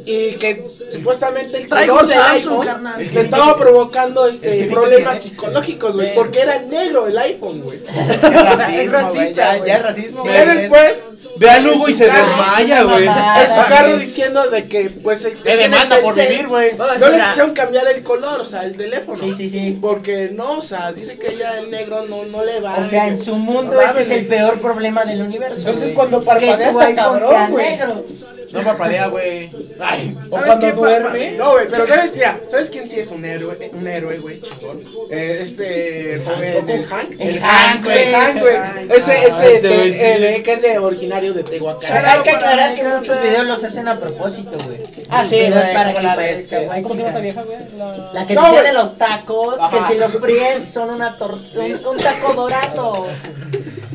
[SPEAKER 4] Y que supuestamente el
[SPEAKER 1] Traigo
[SPEAKER 4] color
[SPEAKER 1] un
[SPEAKER 4] del
[SPEAKER 1] Samsung,
[SPEAKER 4] iPhone
[SPEAKER 1] carnal.
[SPEAKER 4] le estaba provocando este problemas psicológicos, güey. Porque era negro el iPhone, güey.
[SPEAKER 5] es racista,
[SPEAKER 16] ya,
[SPEAKER 5] güey.
[SPEAKER 16] ya es racismo.
[SPEAKER 4] Ya después,
[SPEAKER 2] Ve a Lugo y se
[SPEAKER 4] Ah,
[SPEAKER 2] desmaya, güey.
[SPEAKER 4] en su carro diciendo de que, pues.
[SPEAKER 16] Te demanda por vivir, güey.
[SPEAKER 3] Vamos a
[SPEAKER 4] No
[SPEAKER 3] hacer
[SPEAKER 4] le
[SPEAKER 3] una-
[SPEAKER 4] quisieron cambiar el color, o sea, el teléfono.
[SPEAKER 3] Sí, sí, sí.
[SPEAKER 4] Porque no, o sea, dice que ya el negro no, no le va.
[SPEAKER 3] O sea, en su mundo
[SPEAKER 4] No
[SPEAKER 3] ese es el
[SPEAKER 4] mames,
[SPEAKER 3] peor problema del universo.
[SPEAKER 5] Entonces,
[SPEAKER 3] güey.
[SPEAKER 5] cuando parpadea
[SPEAKER 3] que tu
[SPEAKER 5] está
[SPEAKER 3] iPhone
[SPEAKER 5] cabrón,
[SPEAKER 3] sea
[SPEAKER 5] güey.
[SPEAKER 3] negro.
[SPEAKER 16] No parpadea, güey. Ay.
[SPEAKER 5] O
[SPEAKER 4] ¿Sabes
[SPEAKER 5] cuando
[SPEAKER 4] qué, pa-
[SPEAKER 5] duerme.
[SPEAKER 4] pa- No, güey, pero ¿sabes? Mira, ¿sabes quién sí es un héroe, un héroe, güey, chingón? Eh, este, el joven, el Hank.
[SPEAKER 3] El Hank, güey.
[SPEAKER 4] El Hank, güey. Ese, ese,
[SPEAKER 2] ese
[SPEAKER 4] te-
[SPEAKER 2] Ah, este güey, sí.
[SPEAKER 4] el, eh, que es de originario de
[SPEAKER 3] Pero hay
[SPEAKER 4] Tehuacán.
[SPEAKER 3] que aclarar que muchos videos los hacen a propósito, güey.
[SPEAKER 5] Ah, sí,
[SPEAKER 3] Videos
[SPEAKER 5] güey,
[SPEAKER 3] para
[SPEAKER 5] como
[SPEAKER 3] que
[SPEAKER 5] la de
[SPEAKER 3] parezca
[SPEAKER 5] este-
[SPEAKER 3] white
[SPEAKER 5] ¿Cómo se llama esa vieja,
[SPEAKER 3] chica.
[SPEAKER 5] güey? La-
[SPEAKER 3] La que
[SPEAKER 4] No,
[SPEAKER 3] tiene
[SPEAKER 4] güey.
[SPEAKER 3] los tacos,
[SPEAKER 5] Ajá.
[SPEAKER 3] que si los fríes son una tor- un, un taco dorado.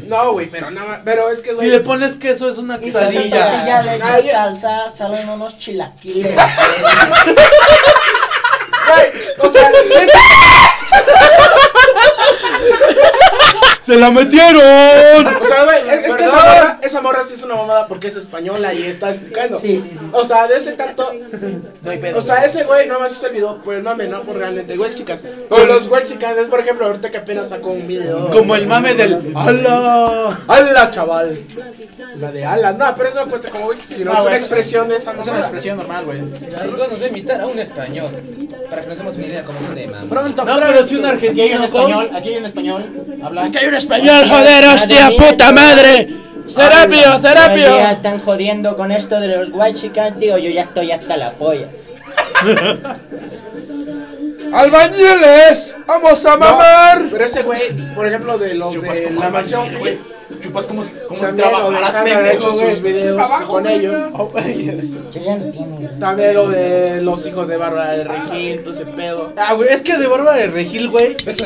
[SPEAKER 4] No, güey, pero nada más. Pero es que,
[SPEAKER 2] Si
[SPEAKER 4] güey.
[SPEAKER 2] le pones queso es una
[SPEAKER 3] Y si hace tortilla, le
[SPEAKER 2] quesadilla.
[SPEAKER 3] echas
[SPEAKER 4] Nadie-
[SPEAKER 3] salsa, salen unos chilaquiles.
[SPEAKER 4] güey, o sea, es-
[SPEAKER 2] ¡Se la metieron!
[SPEAKER 4] O sea, güey, es, es que esa morra, esa morra sí es una mamada porque es española y está explicando.
[SPEAKER 3] Sí, sí, sí.
[SPEAKER 4] O sea, de ese tanto.
[SPEAKER 16] No hay
[SPEAKER 4] O sea, ese güey no más se olvidó por el nombre, no por realmente Wexicans. Pero los Wexicans es, por ejemplo, ahorita que apenas sacó un video.
[SPEAKER 2] Como el mame del. ¡Hala!
[SPEAKER 4] ¡Ala, chaval! La de ala, no, pero eso no cuenta como Wexicans, sino
[SPEAKER 16] No,
[SPEAKER 4] es una
[SPEAKER 16] güey.
[SPEAKER 4] expresión de
[SPEAKER 15] Ah,
[SPEAKER 4] esa
[SPEAKER 16] Es una
[SPEAKER 4] mamada.
[SPEAKER 16] expresión normal, güey.
[SPEAKER 5] Luego nos va a invitar a un español. Para que nos demos una idea cómo se llama.
[SPEAKER 2] No, pero si un
[SPEAKER 16] Aquí hay un
[SPEAKER 2] argentino.
[SPEAKER 16] español, aquí hay un español. Habla.
[SPEAKER 1] Aquí hay un español, joder, hostia, puta madre. Serapio,
[SPEAKER 3] Ya
[SPEAKER 1] Serapio.
[SPEAKER 3] están jodiendo con esto de los white chicas, tío, yo ya estoy hasta la polla.
[SPEAKER 1] Albañiles, vamos a mamar.
[SPEAKER 4] Pero ese güey, por ejemplo, de los
[SPEAKER 16] Chupas
[SPEAKER 4] de
[SPEAKER 16] pues, como
[SPEAKER 4] la mansión,
[SPEAKER 16] albañil,
[SPEAKER 4] güey.
[SPEAKER 16] Chupas como, si- como si
[SPEAKER 4] También lo de
[SPEAKER 16] trabajaras,
[SPEAKER 4] Hanna ha hecho
[SPEAKER 16] pendejo,
[SPEAKER 4] sus
[SPEAKER 16] güey.
[SPEAKER 4] videos con ellos.
[SPEAKER 3] Yo ya no tiene.
[SPEAKER 4] También lo de los hijos de Bárbara de Regil, todo ese pedo.
[SPEAKER 2] Ah, güey, es que de Bárbara de Regil, güey, es,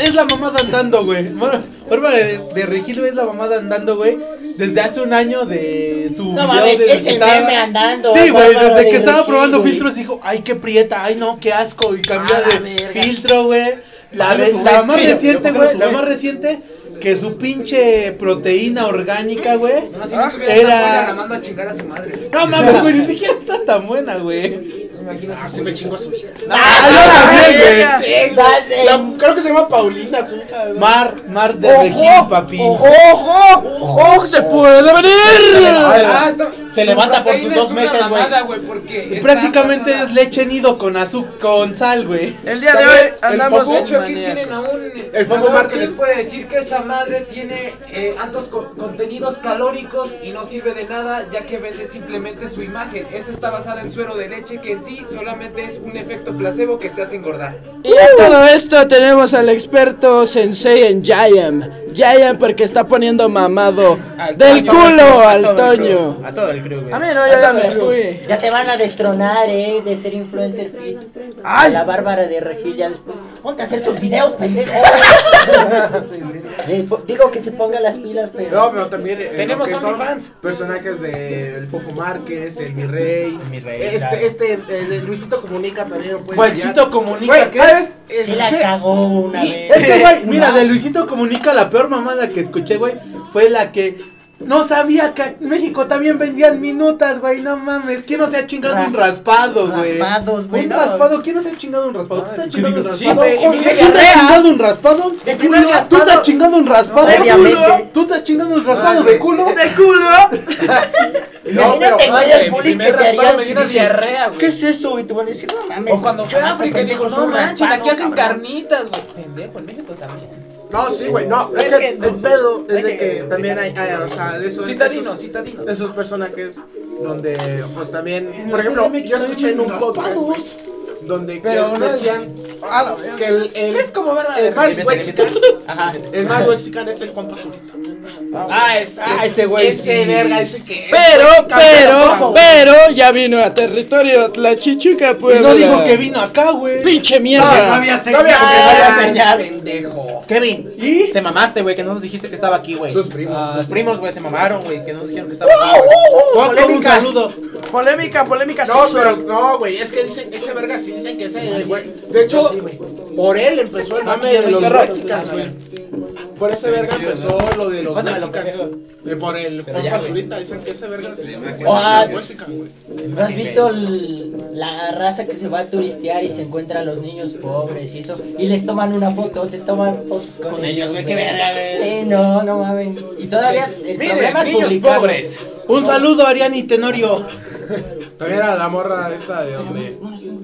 [SPEAKER 2] es la mamada andando, güey. Bár- Bárbara de, de Regil, güey, es la mamada andando, güey. Desde hace un año de su.
[SPEAKER 3] No
[SPEAKER 2] video
[SPEAKER 3] mames,
[SPEAKER 2] desde
[SPEAKER 3] es
[SPEAKER 2] que
[SPEAKER 3] el meme andando,
[SPEAKER 2] Sí, güey,
[SPEAKER 3] Bárbara
[SPEAKER 2] desde
[SPEAKER 3] de
[SPEAKER 2] que estaba
[SPEAKER 3] Regil,
[SPEAKER 2] probando
[SPEAKER 3] güey.
[SPEAKER 2] filtros dijo, ay, qué prieta, ay, no, qué asco. Y cambió
[SPEAKER 3] A la
[SPEAKER 2] de
[SPEAKER 3] verga.
[SPEAKER 2] filtro, güey. La,
[SPEAKER 16] ¿Por qué
[SPEAKER 2] re-
[SPEAKER 16] lo
[SPEAKER 2] la
[SPEAKER 16] subes?
[SPEAKER 2] más
[SPEAKER 16] Mira,
[SPEAKER 2] reciente,
[SPEAKER 16] ¿por qué lo
[SPEAKER 2] güey, la
[SPEAKER 16] subes?
[SPEAKER 2] más reciente que su pinche proteína orgánica, güey.
[SPEAKER 5] No, si no estuviera tan buena, la
[SPEAKER 2] era.
[SPEAKER 5] mando a chingar a su madre.
[SPEAKER 2] No mames, güey, ni siquiera está tan buena, güey.
[SPEAKER 5] Me imagino
[SPEAKER 4] Ah, sí me chingo a su hija.
[SPEAKER 2] Ah, yo también, güey.
[SPEAKER 4] Sí,
[SPEAKER 3] Dale.
[SPEAKER 4] la- creo que se llama Paulina, su hija. ¿no?
[SPEAKER 2] Mar, Mar de
[SPEAKER 1] Ojo,
[SPEAKER 2] Regil, papi.
[SPEAKER 1] ¡Ojo! ¡Ojo! ¡Se puede venir!
[SPEAKER 5] Ah, está-
[SPEAKER 16] Se levanta por sus
[SPEAKER 5] proteína
[SPEAKER 16] dos
[SPEAKER 5] es una
[SPEAKER 16] meses, güey.
[SPEAKER 5] mamada,
[SPEAKER 4] Pues,
[SPEAKER 5] porque es
[SPEAKER 2] Prácticamente
[SPEAKER 5] sana,
[SPEAKER 2] es
[SPEAKER 5] sana.
[SPEAKER 2] leche nido con azúcar, con sal, güey.
[SPEAKER 1] El día de hoy andamos
[SPEAKER 5] De hecho, aquí tienen a
[SPEAKER 1] maníacos.
[SPEAKER 5] un.
[SPEAKER 4] El Paco
[SPEAKER 5] nadador
[SPEAKER 4] Márquez.
[SPEAKER 5] que les puede decir que esa madre tiene eh, altos co- contenidos calóricos y no sirve de nada, ya que vende simplemente su imagen. Esa está basada en suero de leche, que en sí solamente es un efecto placebo que te hace engordar.
[SPEAKER 1] Y a todo esto tenemos al experto sensei en Giant. Giant porque está poniendo mamado
[SPEAKER 5] Al
[SPEAKER 1] del
[SPEAKER 5] Toño.
[SPEAKER 1] culo
[SPEAKER 16] A
[SPEAKER 1] al
[SPEAKER 16] todo el crew,
[SPEAKER 1] Toño.
[SPEAKER 16] A todo el crew, güey.
[SPEAKER 1] A mí no, yo ya me fui.
[SPEAKER 3] Ya te van a destronar, eh, de ser influencer fit. A
[SPEAKER 1] ¡Ay!
[SPEAKER 3] la Bárbara de Regil ya después. Ponte a hacer tus videos, pendejo. Eh, po- Digo que se ponga las pilas,
[SPEAKER 4] No,
[SPEAKER 3] pero.
[SPEAKER 4] pero también eh,
[SPEAKER 5] Tenemos
[SPEAKER 4] lo que son
[SPEAKER 5] OnlyFans.
[SPEAKER 4] personajes de El Fofo Márquez, El Virrey,
[SPEAKER 16] El Virrey,
[SPEAKER 4] este,
[SPEAKER 16] claro.
[SPEAKER 4] este, eh, de Luisito Comunica también pues, lo puede Güey,
[SPEAKER 2] Guachito comunica que.
[SPEAKER 4] ¿sabes?
[SPEAKER 3] Se la
[SPEAKER 4] Escuché-
[SPEAKER 3] cagó una vez.
[SPEAKER 2] Es que, este güey, mira, de Luisito comunica la peor mamada que escuché, güey, fue la que. No sabía que en México también vendían minutas, güey. No mames, ¿quién no se ha chingado un
[SPEAKER 3] Ras-
[SPEAKER 2] raspado, güey?
[SPEAKER 3] raspados, güey,
[SPEAKER 2] Un
[SPEAKER 3] no.
[SPEAKER 2] raspado, ¿quién no se ha chingado un raspado? ¿Tú te has chingado un
[SPEAKER 5] sí,
[SPEAKER 2] raspado?
[SPEAKER 5] güey,
[SPEAKER 2] ¿Tú
[SPEAKER 5] Emilio
[SPEAKER 2] te has
[SPEAKER 5] Herrera.
[SPEAKER 2] chingado un raspado? culo?
[SPEAKER 3] De primer
[SPEAKER 2] ¿Tú te has
[SPEAKER 3] raspado.
[SPEAKER 2] chingado un raspado de culo?
[SPEAKER 3] Previamente.
[SPEAKER 2] ¿Tú te has chingado un raspado de culo?
[SPEAKER 1] ¡De culo!
[SPEAKER 3] Imagínate,
[SPEAKER 5] pero-
[SPEAKER 3] güey,
[SPEAKER 5] Oye,
[SPEAKER 3] el
[SPEAKER 5] mi
[SPEAKER 3] bullying que
[SPEAKER 5] primer
[SPEAKER 3] te
[SPEAKER 5] raspado
[SPEAKER 3] harían
[SPEAKER 5] me
[SPEAKER 3] si
[SPEAKER 5] dio una
[SPEAKER 3] dicen,
[SPEAKER 5] diarrea, güey.
[SPEAKER 3] ¿Qué es eso? Y te van a decir, no mames.
[SPEAKER 5] O cuando fue a África y dijo,
[SPEAKER 3] pendejos,
[SPEAKER 5] no
[SPEAKER 3] un
[SPEAKER 5] manches,
[SPEAKER 3] raspado,
[SPEAKER 5] aquí hacen
[SPEAKER 3] cabrón".
[SPEAKER 5] carnitas, güey. Pendejo, en México también.
[SPEAKER 4] No, sí, güey, no. Es que el pedo es de que también hay, hay, o sea, de esos,
[SPEAKER 5] Citadinos,
[SPEAKER 4] esos-
[SPEAKER 5] citadinos.
[SPEAKER 4] esos personajes donde, pues también,
[SPEAKER 2] En
[SPEAKER 4] por
[SPEAKER 2] la
[SPEAKER 4] ejemplo,
[SPEAKER 2] CDMX
[SPEAKER 4] yo escuché en un
[SPEAKER 2] raspados.
[SPEAKER 4] podcast, güey, donde que
[SPEAKER 5] Pero no es-
[SPEAKER 4] decían que el, el,
[SPEAKER 5] Es como ver la
[SPEAKER 4] el más
[SPEAKER 16] Vete, vete,
[SPEAKER 4] mexican,
[SPEAKER 5] Ajá.
[SPEAKER 4] el más mexican es el compa Zurita.
[SPEAKER 5] Ah, es.
[SPEAKER 2] Ah, ese güey.
[SPEAKER 4] Ese
[SPEAKER 2] sí.
[SPEAKER 4] verga, ese que
[SPEAKER 1] Pero, pero, pero, ya vino a territorio La Chichuca,
[SPEAKER 2] Y
[SPEAKER 1] pues.
[SPEAKER 2] no digo que vino acá, güey.
[SPEAKER 1] ¡Pinche mierda!
[SPEAKER 4] No había
[SPEAKER 16] señal. No
[SPEAKER 4] señal, no
[SPEAKER 16] había señal.
[SPEAKER 4] señal, pendejo.
[SPEAKER 16] Kevin,
[SPEAKER 2] ¿Y?
[SPEAKER 16] te mamaste, güey, que no nos dijiste que estaba aquí, güey.
[SPEAKER 4] Sus primos,
[SPEAKER 16] Ah,
[SPEAKER 4] sus
[SPEAKER 16] sus primos, güey, se mamaron, güey, que no nos dijeron que estaba aquí, güey.
[SPEAKER 2] Paco, un saludo.
[SPEAKER 1] Polémica, polémica
[SPEAKER 4] No, pero
[SPEAKER 1] sexual.
[SPEAKER 4] no, güey, es que dicen, ese verga sí dicen que ese, güey. De hecho, por él empezó el mame de los mexicanos, güey.
[SPEAKER 5] Por ese verga empezó lo de los
[SPEAKER 2] Mándamelo,
[SPEAKER 5] mexicans. De Por el
[SPEAKER 2] Pero ya,
[SPEAKER 5] Juan
[SPEAKER 2] güey.
[SPEAKER 5] Zurita, dicen que ese verga se llama
[SPEAKER 3] Ah,
[SPEAKER 5] güey.
[SPEAKER 3] ¿No has visto el- la raza que se va a turistear y se encuentra a los niños pobres y eso? Y les toman una foto, se toman fotos con,
[SPEAKER 7] Con ellos, güey, qué verga, güey.
[SPEAKER 3] Sí, no, no mames. Y todavía el problema es publicarlo.
[SPEAKER 5] Un saludo, Ariani Tenorio. También era la morra esta de donde.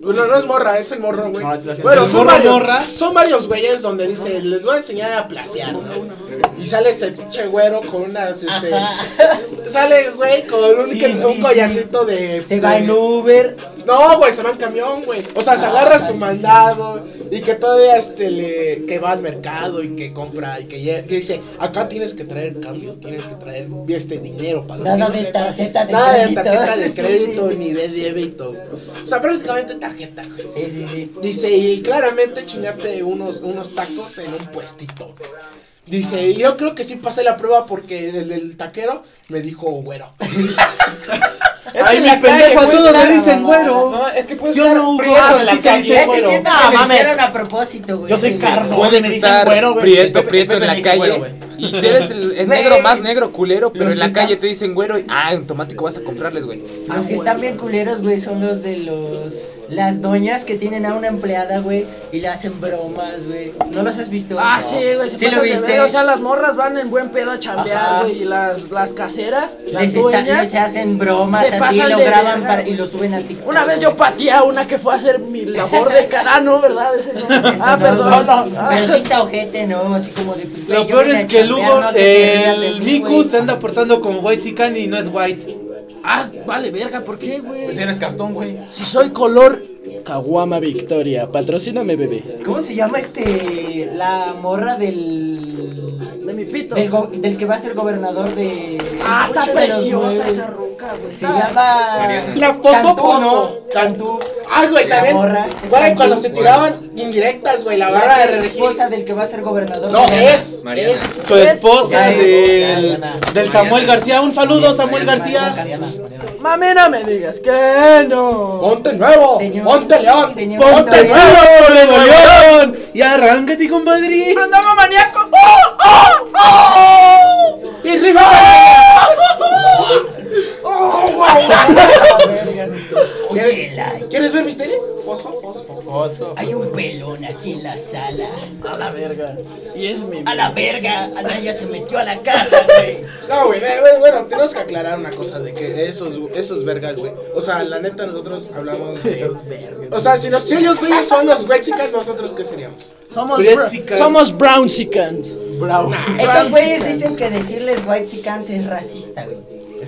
[SPEAKER 5] No, no es morra, es el morro, güey. Bueno,
[SPEAKER 4] El
[SPEAKER 5] son
[SPEAKER 4] morro
[SPEAKER 5] varios,
[SPEAKER 4] morra.
[SPEAKER 5] son varios güeyes donde dice, les voy a enseñar a placear, ¿no? Y sale ese pinche güero con unas, este...
[SPEAKER 3] Ajá.
[SPEAKER 5] Sale, güey, con un,
[SPEAKER 3] Sí,
[SPEAKER 5] que-
[SPEAKER 3] sí,
[SPEAKER 5] un
[SPEAKER 3] sí.
[SPEAKER 5] collarcito de...
[SPEAKER 3] Se va
[SPEAKER 5] de-
[SPEAKER 3] en Uber.
[SPEAKER 5] No, güey, se va en camión, güey. O sea, se
[SPEAKER 3] Ah,
[SPEAKER 5] agarra
[SPEAKER 3] sí,
[SPEAKER 5] su
[SPEAKER 3] sí.
[SPEAKER 5] mandado y que todavía este le que va al mercado y que compra y que, lle- que dice, acá tienes que traer cambio, tienes que traer este dinero para los
[SPEAKER 3] Nada
[SPEAKER 5] que no
[SPEAKER 3] de
[SPEAKER 5] sepan".
[SPEAKER 3] tarjeta de
[SPEAKER 5] Nada
[SPEAKER 3] crédito.
[SPEAKER 5] de tarjeta de
[SPEAKER 3] Sí, sí,
[SPEAKER 5] crédito
[SPEAKER 3] sí.
[SPEAKER 5] ni de débito. O sea, prácticamente tarjeta, güey.
[SPEAKER 3] Sí, sí, sí.
[SPEAKER 5] Dice, y claramente chingarte unos, unos tacos en un puestito. güey. Dice, y yo creo que sí pasé la prueba porque el, el taquero me dijo güero. Ay, mi pendejo, a todos le dicen güero.
[SPEAKER 6] No, es que puedes
[SPEAKER 5] Yo
[SPEAKER 6] estar
[SPEAKER 5] no uso
[SPEAKER 6] prieto
[SPEAKER 5] así
[SPEAKER 6] en la
[SPEAKER 5] que
[SPEAKER 6] calle,
[SPEAKER 5] dice,
[SPEAKER 6] güey.
[SPEAKER 5] "Ese sí
[SPEAKER 3] No,
[SPEAKER 5] está,
[SPEAKER 3] mames.
[SPEAKER 5] mames".
[SPEAKER 3] hicieron a propósito, güey.
[SPEAKER 7] Yo soy
[SPEAKER 3] Sí,
[SPEAKER 7] carnón,
[SPEAKER 17] Puedes
[SPEAKER 7] me dicen
[SPEAKER 17] estar
[SPEAKER 7] güero, güey.
[SPEAKER 17] prieto,
[SPEAKER 7] Pepe-
[SPEAKER 17] prieto
[SPEAKER 7] Pepe
[SPEAKER 17] en
[SPEAKER 7] me
[SPEAKER 17] la
[SPEAKER 7] dice
[SPEAKER 17] calle.
[SPEAKER 7] güero, güey.
[SPEAKER 17] y si eres el, el negro más negro, culero, pero en la calle te dicen güero y ah, automático vas a comprarles, güey.
[SPEAKER 3] Los que están bien culeros, güey, son los de los... Las doñas que tienen a una empleada, güey, y le hacen bromas, güey. ¿No los has visto?
[SPEAKER 18] Ah, sí, güey, se
[SPEAKER 3] ¿Sí
[SPEAKER 18] pasan
[SPEAKER 3] lo
[SPEAKER 18] de
[SPEAKER 3] viste?
[SPEAKER 18] verga, O sea, las morras van en buen pedo a
[SPEAKER 3] Ajá.
[SPEAKER 18] chambear, güey. Y las, las caseras, las
[SPEAKER 3] Les está-
[SPEAKER 18] dueñas.
[SPEAKER 3] les hacen bromas,
[SPEAKER 18] se
[SPEAKER 3] así,
[SPEAKER 18] pasan
[SPEAKER 3] lo
[SPEAKER 18] de
[SPEAKER 3] graban
[SPEAKER 18] verga,
[SPEAKER 3] para- y
[SPEAKER 18] güey.
[SPEAKER 3] lo suben a TikTok.
[SPEAKER 18] Una vez yo pateé a una que fue a hacer mi labor de carano, ¿verdad? Ese no.
[SPEAKER 3] Eso
[SPEAKER 18] Ah,
[SPEAKER 3] no,
[SPEAKER 18] perdón,
[SPEAKER 3] güey.
[SPEAKER 18] no. Ah,
[SPEAKER 3] Pero sí está ojete, ¿no? Así como de... pues, güey,
[SPEAKER 5] Lo
[SPEAKER 3] yo
[SPEAKER 5] peor
[SPEAKER 3] vine
[SPEAKER 5] es
[SPEAKER 3] a
[SPEAKER 5] que el
[SPEAKER 3] chambear,
[SPEAKER 5] Hugo,
[SPEAKER 3] no te rías de
[SPEAKER 5] el
[SPEAKER 3] mí,
[SPEAKER 5] Miku
[SPEAKER 3] güey.
[SPEAKER 5] se anda portando como White Chican y no es White.
[SPEAKER 18] Ah, vale, verga, ¿por qué, güey?
[SPEAKER 7] Pues eres cartón, güey.
[SPEAKER 18] Si soy color.
[SPEAKER 1] Caguama Victoria, patrocíname, bebé.
[SPEAKER 3] ¿Cómo se llama este... la morra del...
[SPEAKER 18] De mi pito.
[SPEAKER 3] Del, go- del que va a ser gobernador de...
[SPEAKER 18] Ah, está
[SPEAKER 3] Ocho de los
[SPEAKER 18] preciosa
[SPEAKER 3] nueve.
[SPEAKER 18] esa roca, güey.
[SPEAKER 3] Se
[SPEAKER 18] Está-
[SPEAKER 3] llama...
[SPEAKER 5] La
[SPEAKER 3] Cantú,
[SPEAKER 5] poco
[SPEAKER 3] ¿no?
[SPEAKER 5] Cantú. Ah, güey,
[SPEAKER 3] La
[SPEAKER 5] también.
[SPEAKER 3] morra es
[SPEAKER 5] Güey,
[SPEAKER 3] Cantú.
[SPEAKER 5] cuando se tiraban indirectas, güey, la barra
[SPEAKER 3] La
[SPEAKER 5] de Regil.
[SPEAKER 3] esposa del que va a ser gobernador.
[SPEAKER 5] No,
[SPEAKER 3] Mariana.
[SPEAKER 5] es.
[SPEAKER 17] Mariana.
[SPEAKER 5] es.
[SPEAKER 2] Su esposa
[SPEAKER 3] Mariana.
[SPEAKER 2] del,
[SPEAKER 3] Mariana.
[SPEAKER 2] del Samuel García. Un saludo, Samuel García.
[SPEAKER 3] Mariana.
[SPEAKER 18] Mami, no me digas que no.
[SPEAKER 5] Ponte nuevo,
[SPEAKER 3] Tenía un-
[SPEAKER 5] ponte león,
[SPEAKER 3] tenía un
[SPEAKER 5] ponte
[SPEAKER 3] novio.
[SPEAKER 5] nuevo, Nuevo
[SPEAKER 2] Nuevo
[SPEAKER 5] León. Y arráncate, compadre.
[SPEAKER 18] Andamos maníaco. ¡Oh, oh, oh!
[SPEAKER 5] Y rifa.
[SPEAKER 3] Oye, la-
[SPEAKER 5] ¿Quieres ver mis tenis? Fosfo, fosfo.
[SPEAKER 3] hay un pelón aquí en la sala.
[SPEAKER 5] A la verga.
[SPEAKER 18] Y es mi.
[SPEAKER 3] A la verga, Anaya se metió a la casa, güey.
[SPEAKER 5] No, güey, eh, güey, bueno, tenemos que aclarar una cosa de que esos, esos vergas, güey. O sea, la neta, nosotros hablamos de. esos vergas. O sea, si, nos, si ellos, güeyes, son los mexicas, ¿nosotros qué seríamos?
[SPEAKER 18] Somos,
[SPEAKER 5] Brexican.
[SPEAKER 18] somos brown chicans.
[SPEAKER 3] Esos güeyes dicen que decirles white chickens es racista, güey.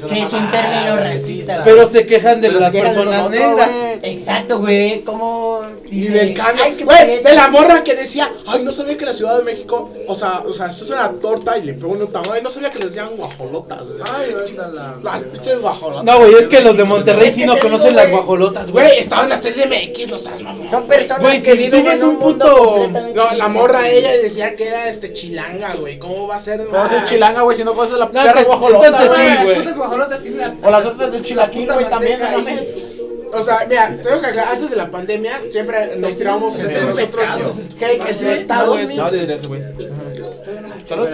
[SPEAKER 3] Que es un término racista. güey.
[SPEAKER 2] Pero se quejan de las personas negras.
[SPEAKER 3] Exacto, güey. ¿Cómo
[SPEAKER 5] Y
[SPEAKER 3] dice?
[SPEAKER 5] del cambio.
[SPEAKER 3] Ay, qué
[SPEAKER 5] Güey,
[SPEAKER 3] prieto.
[SPEAKER 5] de la morra que decía, ay, no sabía que la Ciudad de México, o sea, o sea, eso es una torta y le pego un tamal. No sabía que les decían guajolotas. Ay, las pinches guajolotas.
[SPEAKER 2] No, güey, es que los de Monterrey
[SPEAKER 3] Es que
[SPEAKER 2] sí no
[SPEAKER 3] te
[SPEAKER 2] conocen
[SPEAKER 3] digo,
[SPEAKER 2] las
[SPEAKER 3] güey.
[SPEAKER 2] guajolotas,
[SPEAKER 5] Güey,
[SPEAKER 2] güey.
[SPEAKER 5] estaban hasta el DMX, no seas mamón.
[SPEAKER 3] Son personas
[SPEAKER 2] Güey,
[SPEAKER 3] que
[SPEAKER 2] si
[SPEAKER 3] viven
[SPEAKER 2] tú ves
[SPEAKER 3] en un,
[SPEAKER 2] un
[SPEAKER 3] mundo
[SPEAKER 2] puto-
[SPEAKER 3] completamente
[SPEAKER 5] No, la
[SPEAKER 3] diferente.
[SPEAKER 5] morra ella decía que era este chilanga, güey. ¿Cómo va a ser? Ah.
[SPEAKER 7] ¿Cómo haces chilanga, güey, si no conoces la
[SPEAKER 2] No,
[SPEAKER 7] perra
[SPEAKER 2] pues,
[SPEAKER 7] guajolota,
[SPEAKER 2] entonces
[SPEAKER 7] güey?
[SPEAKER 2] sí, güey.
[SPEAKER 6] Entonces, guajolotas tiene la-
[SPEAKER 7] O las otras del chilaquil, güey, también, no mames.
[SPEAKER 5] O sea, mira, tenemos que aclarar, antes de la pandemia siempre nos tirábamos entre nosotros hate en el estado. güey.
[SPEAKER 7] No, desde eso, güey. Salud.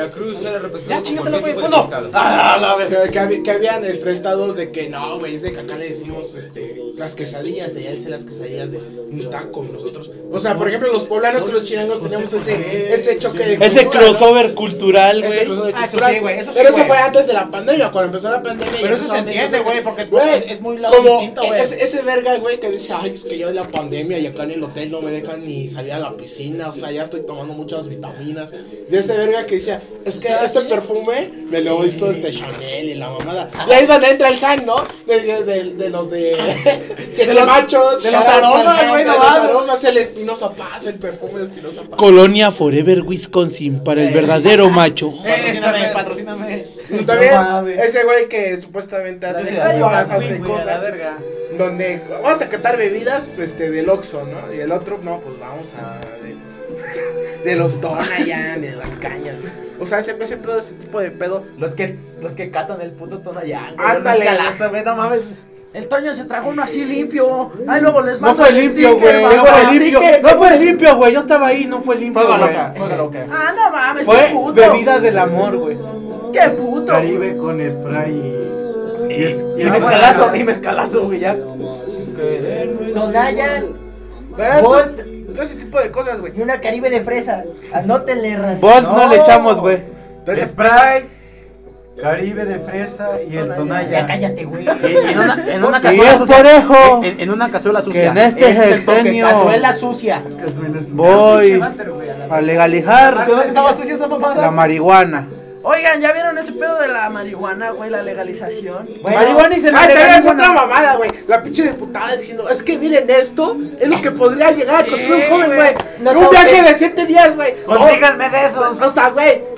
[SPEAKER 5] Ya, chingatelo, güey, fondo.
[SPEAKER 7] Ah,
[SPEAKER 5] Que, que hab- que habían entre estados de que no, güey, es de que acá le decimos este, las quesadillas, allá dice las quesadillas de un taco, nosotros. O sea, por ejemplo, los poblanos con los chilangos
[SPEAKER 7] Pues
[SPEAKER 5] teníamos ese, ese choque de.
[SPEAKER 2] Ese
[SPEAKER 5] cultura, ¿no?
[SPEAKER 2] crossover cultural,
[SPEAKER 5] Ese
[SPEAKER 2] güey.
[SPEAKER 5] crossover
[SPEAKER 7] Ah, eso
[SPEAKER 5] cultural.
[SPEAKER 7] sí, güey, eso sí,
[SPEAKER 5] Pero eso
[SPEAKER 7] güey.
[SPEAKER 5] fue antes de la pandemia, cuando empezó la pandemia.
[SPEAKER 7] Pero eso se entiende, güey, porque es- es muy lado
[SPEAKER 5] lado
[SPEAKER 7] distinto, güey.
[SPEAKER 5] Ese, ese verga, güey, que dice, ay, es que yo en la pandemia y acá en el hotel no me dejan ni salir a la piscina, o sea, ya estoy tomando muchas vitaminas. De ese verga que dice, es que este perfume me lo hizo este Chanel y la mamada. Y ahí es donde entra el Han, ¿no? De, de, de- de los de. Siete
[SPEAKER 7] los-
[SPEAKER 5] machos.
[SPEAKER 7] de los
[SPEAKER 5] Sharon
[SPEAKER 7] aromas,
[SPEAKER 5] Salgan,
[SPEAKER 7] güey,
[SPEAKER 5] De
[SPEAKER 7] no
[SPEAKER 5] los
[SPEAKER 7] mames.
[SPEAKER 5] aromas, el Espinosa Paz, el perfume de Espinosa Paz.
[SPEAKER 2] Colonia Forever, Wisconsin, para el verdadero macho.
[SPEAKER 7] Patrocíname, patrocíname.
[SPEAKER 5] Y También
[SPEAKER 3] No mames.
[SPEAKER 5] ese güey que supuestamente hace
[SPEAKER 7] sí,
[SPEAKER 5] cosas,
[SPEAKER 7] la verga,
[SPEAKER 5] hace cosas donde vamos a catar bebidas este del Oxxo, ¿no? Y el otro no, pues vamos a de, de los Tonayan, de las cañas. O sea, ese ese todo ese tipo de pedo.
[SPEAKER 7] Los que, los que catan el puto Tonayán,
[SPEAKER 5] Ándale.
[SPEAKER 7] Ándale. güey, no mames.
[SPEAKER 18] El Toño se tragó uno así limpio. Ahí luego les
[SPEAKER 2] No
[SPEAKER 18] mando
[SPEAKER 2] fue
[SPEAKER 18] el
[SPEAKER 2] limpio,
[SPEAKER 18] sticker,
[SPEAKER 2] güey.
[SPEAKER 18] mano.
[SPEAKER 2] No fue limpio. No fue limpio, güey. Yo estaba ahí, no fue limpio.
[SPEAKER 7] Juega
[SPEAKER 2] güey.
[SPEAKER 7] loca, juega loca.
[SPEAKER 18] Ah, no mames,
[SPEAKER 2] Fue
[SPEAKER 18] qué puto.
[SPEAKER 2] bebida del amor, güey.
[SPEAKER 18] Qué puto.
[SPEAKER 2] Caribe con spray y. Y, y-
[SPEAKER 7] Eh, Y mezcalazo, y mezcalazo, güey, ya.
[SPEAKER 3] Sonaya,
[SPEAKER 2] Bolt,
[SPEAKER 5] pues,
[SPEAKER 7] eh,
[SPEAKER 3] Bolt
[SPEAKER 4] Todo ese tipo de cosas, güey.
[SPEAKER 3] y una caribe de fresa. Anótenle, raza.
[SPEAKER 2] Bolt no. le echamos, güey.
[SPEAKER 4] Entonces-
[SPEAKER 2] Spray, Caribe de fresa y el
[SPEAKER 3] Ya
[SPEAKER 2] Tonaya.
[SPEAKER 3] cállate, güey.
[SPEAKER 7] En una, en una
[SPEAKER 2] Y
[SPEAKER 7] cazuela
[SPEAKER 2] es
[SPEAKER 7] sucia.
[SPEAKER 2] parejo.
[SPEAKER 7] En, en una cazuela
[SPEAKER 2] Que
[SPEAKER 7] sucia.
[SPEAKER 2] en
[SPEAKER 7] Ese
[SPEAKER 2] este
[SPEAKER 7] es el toque,
[SPEAKER 2] sexenio
[SPEAKER 7] Cazuela sucia.
[SPEAKER 2] voy a
[SPEAKER 5] Ah,
[SPEAKER 2] legalizar
[SPEAKER 7] ¿Cazuela que estaba sucia esa mamada?
[SPEAKER 2] la marihuana.
[SPEAKER 18] Oigan, ¿ya vieron ese pedo de la marihuana, güey? La legalización.
[SPEAKER 2] marihuana y se la
[SPEAKER 5] Ah, también es
[SPEAKER 2] legalizan.
[SPEAKER 5] otra mamada, güey. La pinche diputada diciendo, es que miren esto, es lo que podría llegar a construir un joven, güey. un viaje de 7 días, güey.
[SPEAKER 7] Consíganme de
[SPEAKER 5] No,
[SPEAKER 7] esos.
[SPEAKER 5] O sea, güey.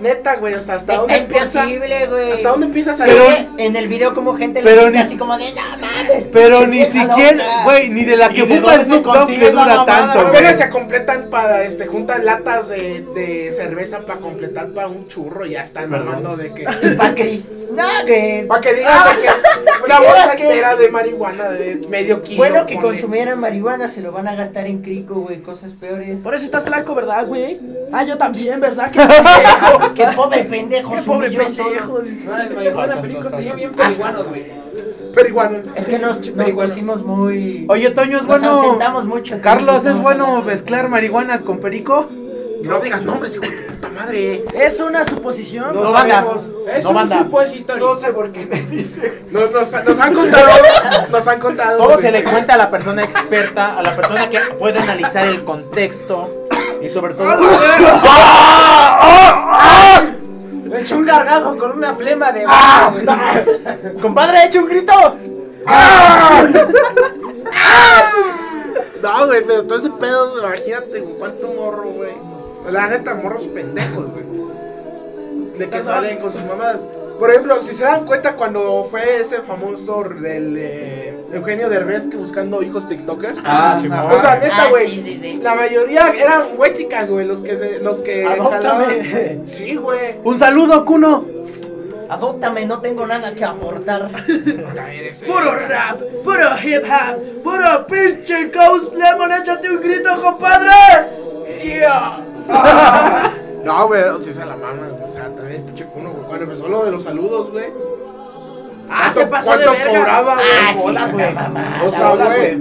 [SPEAKER 5] Neta, güey, o sea, hasta dónde
[SPEAKER 3] Está
[SPEAKER 5] empieza.
[SPEAKER 3] imposible, güey.
[SPEAKER 5] ¿Hasta dónde empieza a salir?
[SPEAKER 3] Pero
[SPEAKER 2] Pero-
[SPEAKER 3] en el video como gente
[SPEAKER 2] pero
[SPEAKER 3] le grita
[SPEAKER 2] ni-
[SPEAKER 3] así como de, no mames.
[SPEAKER 2] Pero
[SPEAKER 3] pinche
[SPEAKER 2] ni
[SPEAKER 3] vieja
[SPEAKER 2] siquiera,
[SPEAKER 3] loca".
[SPEAKER 2] güey, ni de la
[SPEAKER 7] ¿Y
[SPEAKER 2] que
[SPEAKER 7] de
[SPEAKER 2] fuma
[SPEAKER 7] dónde
[SPEAKER 2] el Snoop
[SPEAKER 7] se
[SPEAKER 2] Dogg
[SPEAKER 7] consigue
[SPEAKER 2] le
[SPEAKER 7] esa
[SPEAKER 2] dura
[SPEAKER 7] mamada,
[SPEAKER 2] tanto,
[SPEAKER 7] güey?
[SPEAKER 5] Apenas
[SPEAKER 2] güey.
[SPEAKER 5] se completan para, este, juntan latas de, de cerveza para completar para un churro, ya están mamando de que.
[SPEAKER 3] Pa' Cris. No, güey.
[SPEAKER 5] Para que digas de que una bolsa
[SPEAKER 3] ¿Vieras qué
[SPEAKER 5] entera
[SPEAKER 3] Ah. es?
[SPEAKER 5] de marihuana de medio kilo.
[SPEAKER 3] Bueno que
[SPEAKER 5] ponle.
[SPEAKER 3] consumieran marihuana, se lo van a gastar en crico, güey, cosas peores.
[SPEAKER 18] Por eso estás flaco, ¿verdad, güey? Ah, yo también, ¿verdad? Qué,
[SPEAKER 3] Qué pobre pendejo.
[SPEAKER 18] qué pobre
[SPEAKER 3] soy yo solo.
[SPEAKER 18] pendejo.
[SPEAKER 6] No, es marihuana, pericos, tenía bien peruanos, güey.
[SPEAKER 5] Periguanos.
[SPEAKER 3] Es que nos, nos
[SPEAKER 6] marihuana.
[SPEAKER 3] pusimos muy...
[SPEAKER 2] Oye, Toño, es
[SPEAKER 3] Nos
[SPEAKER 2] bueno.
[SPEAKER 3] ausentamos mucho,
[SPEAKER 2] Carlos,
[SPEAKER 3] Toño,
[SPEAKER 2] ¿es
[SPEAKER 3] no
[SPEAKER 2] bueno
[SPEAKER 3] hablamos.
[SPEAKER 2] mezclar marihuana con perico?
[SPEAKER 4] No digas nombres, hijo de tu puta madre.
[SPEAKER 18] Es una suposición.
[SPEAKER 2] No
[SPEAKER 18] güey.
[SPEAKER 2] banda.
[SPEAKER 6] Es
[SPEAKER 7] No,
[SPEAKER 6] un
[SPEAKER 7] banda.
[SPEAKER 6] supositorio.
[SPEAKER 5] No sé por qué me dice. Nos, nos, nos han contado. nos han contado.
[SPEAKER 7] Todo
[SPEAKER 5] güey.
[SPEAKER 7] se le cuenta a la persona experta, a la persona que puede analizar el contexto y sobre todo.
[SPEAKER 6] Me echó un gargajo con una flema de.
[SPEAKER 5] Ah,
[SPEAKER 6] güey.
[SPEAKER 7] ¡Compadre, eche un grito!
[SPEAKER 5] Ah.
[SPEAKER 2] Ah.
[SPEAKER 5] No, güey, pero todo ese pedo, güey, imagínate, güey, cuánto morro, güey. La neta, morros pendejos, güey. De que salen con sus mamás. Por ejemplo, si se dan cuenta cuando fue ese famoso del eh, Eugenio Derbez que buscando hijos TikTokers.
[SPEAKER 2] Ah, sí,
[SPEAKER 5] o sea, neta,
[SPEAKER 3] Ah,
[SPEAKER 5] güey.
[SPEAKER 3] sí, sí, sí.
[SPEAKER 5] La mayoría eran güey chicas, güey, los que se, los que
[SPEAKER 7] Ah,
[SPEAKER 2] Adóptame.
[SPEAKER 5] jalaban. Sí, güey.
[SPEAKER 2] Eh, Un saludo, Cuno.
[SPEAKER 3] Adóptame, no tengo nada que aportar. Ah,
[SPEAKER 18] Puro rap, puro hip hop, puro pinche Ghost Lemon, échate un grito, compadre.
[SPEAKER 5] No, güey, si se la maman, o sea, también el pinche cuno, güey. Cuando empezó lo de los saludos, güey.
[SPEAKER 18] Ah, se pasó
[SPEAKER 5] ¿Cuánto
[SPEAKER 18] de verga. Ah,
[SPEAKER 5] cobraba, güey?
[SPEAKER 3] Ah, sí,
[SPEAKER 5] Hola,
[SPEAKER 3] es una
[SPEAKER 5] güey.
[SPEAKER 3] mamada,
[SPEAKER 5] O sea,
[SPEAKER 3] hola,
[SPEAKER 5] güey.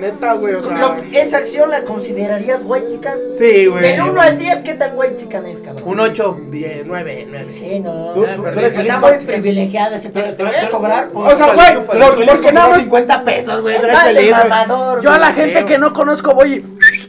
[SPEAKER 5] Neta, güey, o sea.
[SPEAKER 3] Lo- esa acción la considerarías güey chica.
[SPEAKER 2] Sí, güey.
[SPEAKER 3] Del 1 al 10, ¿qué tan güey chica es, cabrón?
[SPEAKER 2] Un 8.
[SPEAKER 5] 10, 9, 9.
[SPEAKER 3] Sí, no. Ah,
[SPEAKER 2] Tú- tú- tú eres
[SPEAKER 3] Está
[SPEAKER 2] feliz,
[SPEAKER 3] muy
[SPEAKER 2] Max.
[SPEAKER 3] privilegiado ese pedo. Te voy a cobrar por.
[SPEAKER 5] O sea, güey, por- porque nada más.
[SPEAKER 7] 50 pesos, güey.
[SPEAKER 3] Es
[SPEAKER 7] eres
[SPEAKER 3] más de
[SPEAKER 7] feliz, güey.
[SPEAKER 3] mamador.
[SPEAKER 18] Yo a la
[SPEAKER 3] güey.
[SPEAKER 18] gente que no conozco voy y-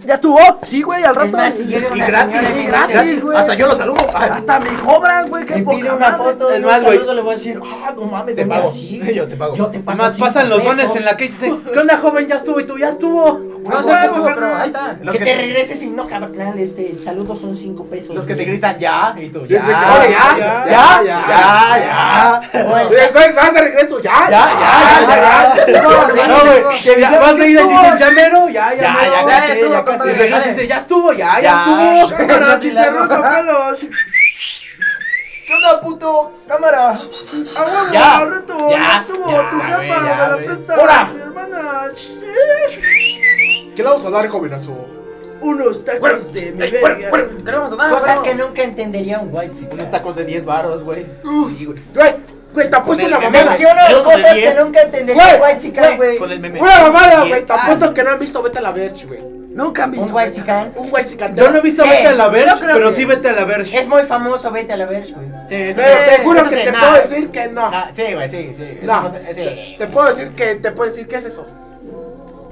[SPEAKER 18] ¿Ya estuvo? Sí, güey, al
[SPEAKER 3] Es
[SPEAKER 18] rato.
[SPEAKER 3] más, si llega
[SPEAKER 7] Y
[SPEAKER 3] una
[SPEAKER 7] gratis,
[SPEAKER 3] señora y me
[SPEAKER 5] Ah,
[SPEAKER 18] gratis,
[SPEAKER 3] dice,
[SPEAKER 18] güey.
[SPEAKER 7] Hasta yo lo saludo.
[SPEAKER 18] Hasta me cobran, güey, qué
[SPEAKER 3] Me pide
[SPEAKER 18] poca
[SPEAKER 3] una
[SPEAKER 18] madre.
[SPEAKER 3] foto
[SPEAKER 2] Es
[SPEAKER 3] y
[SPEAKER 2] más,
[SPEAKER 3] un
[SPEAKER 2] güey.
[SPEAKER 3] saludo le voy a decir, ah, no mames,
[SPEAKER 7] Te
[SPEAKER 3] no me
[SPEAKER 7] pago.
[SPEAKER 3] así.
[SPEAKER 7] Yo te pago.
[SPEAKER 3] Yo te pago.
[SPEAKER 2] Más
[SPEAKER 3] cinco
[SPEAKER 2] pasan los dones
[SPEAKER 3] pesos.
[SPEAKER 2] en la calle y dicen, ¿qué onda, joven? Ya estuvo y tú ya estuvo.
[SPEAKER 6] No sé, pues, pero ahí está.
[SPEAKER 7] Los
[SPEAKER 3] que,
[SPEAKER 7] que
[SPEAKER 3] te
[SPEAKER 7] te-
[SPEAKER 3] regreses y no, cabrón, este, el saludo son 5 pesos.
[SPEAKER 7] Los que te
[SPEAKER 3] güey.
[SPEAKER 7] gritan ya y tú ya.
[SPEAKER 5] Desde que-
[SPEAKER 7] Ya,
[SPEAKER 5] ya,
[SPEAKER 7] ya,
[SPEAKER 5] ya,
[SPEAKER 7] ya, ya, ya.
[SPEAKER 3] O el
[SPEAKER 5] Después vas de regreso, ya.
[SPEAKER 7] Ya, ya, ya, ya.
[SPEAKER 2] No, güey. que ya- Vas de ida y dicen, ya mero, ya, ya.
[SPEAKER 7] Ya,
[SPEAKER 2] mero".
[SPEAKER 7] ya,
[SPEAKER 6] ya
[SPEAKER 7] casi,
[SPEAKER 6] estuvo,
[SPEAKER 7] ya
[SPEAKER 2] Y
[SPEAKER 7] casi.
[SPEAKER 2] regresas y dices, ya estuvo, ya, ya
[SPEAKER 7] Ya.
[SPEAKER 2] estuvo.
[SPEAKER 18] Cámara, chicharrón, tócalos.
[SPEAKER 3] ¿Qué onda, puto? Cámara.
[SPEAKER 18] A huevo,
[SPEAKER 7] Ya,
[SPEAKER 18] al rato,
[SPEAKER 7] ya,
[SPEAKER 18] ya estuvo
[SPEAKER 7] ya,
[SPEAKER 18] tu
[SPEAKER 7] güey,
[SPEAKER 18] jefa,
[SPEAKER 7] ya,
[SPEAKER 18] me la
[SPEAKER 7] güey.
[SPEAKER 18] presta.
[SPEAKER 7] ¡Hora!
[SPEAKER 18] mi hermana.
[SPEAKER 5] ¿Qué le vamos a dar, jovenazo?
[SPEAKER 18] Unos tacos
[SPEAKER 5] eh,
[SPEAKER 18] de mi verga.
[SPEAKER 6] ¿Qué le vamos a dar?
[SPEAKER 3] Cosas
[SPEAKER 6] Bueno,
[SPEAKER 3] que nunca entendería un white chica.
[SPEAKER 7] Unos tacos de 10 varos, güey.
[SPEAKER 5] Sí, güey. Güey, güey, te apuesto
[SPEAKER 7] Con
[SPEAKER 5] la
[SPEAKER 7] el
[SPEAKER 5] mamada.
[SPEAKER 7] meme,
[SPEAKER 3] Menciono
[SPEAKER 7] Yo con
[SPEAKER 3] cosas que
[SPEAKER 7] diez.
[SPEAKER 3] nunca entendería
[SPEAKER 5] Güey,
[SPEAKER 3] un white chica, güey.
[SPEAKER 7] Con el meme.
[SPEAKER 5] Una mamada, güey. Te
[SPEAKER 7] Diez.
[SPEAKER 5] apuesto que no han visto Vete a la Verge, güey.
[SPEAKER 18] Nunca han
[SPEAKER 3] Un
[SPEAKER 18] visto.
[SPEAKER 3] white chica.
[SPEAKER 5] Un güey chicante.
[SPEAKER 2] Yo no he visto
[SPEAKER 7] Eh,
[SPEAKER 3] Sí,
[SPEAKER 2] vete a la verge,
[SPEAKER 3] yo creo
[SPEAKER 2] pero
[SPEAKER 3] que-
[SPEAKER 2] sí vete a la verge.
[SPEAKER 3] Es muy famoso, vete a la verga, güey.
[SPEAKER 7] Sí, eso
[SPEAKER 5] Pero
[SPEAKER 7] sí.
[SPEAKER 5] te juro
[SPEAKER 7] Eso
[SPEAKER 5] que
[SPEAKER 7] sí,
[SPEAKER 5] te
[SPEAKER 7] nah.
[SPEAKER 5] puedo decir que no.
[SPEAKER 7] Nah, Sí, güey, sí, sí. Eso
[SPEAKER 5] No,
[SPEAKER 7] te-
[SPEAKER 5] te,
[SPEAKER 7] sí.
[SPEAKER 5] te puedo decir que te puedo decir que es eso.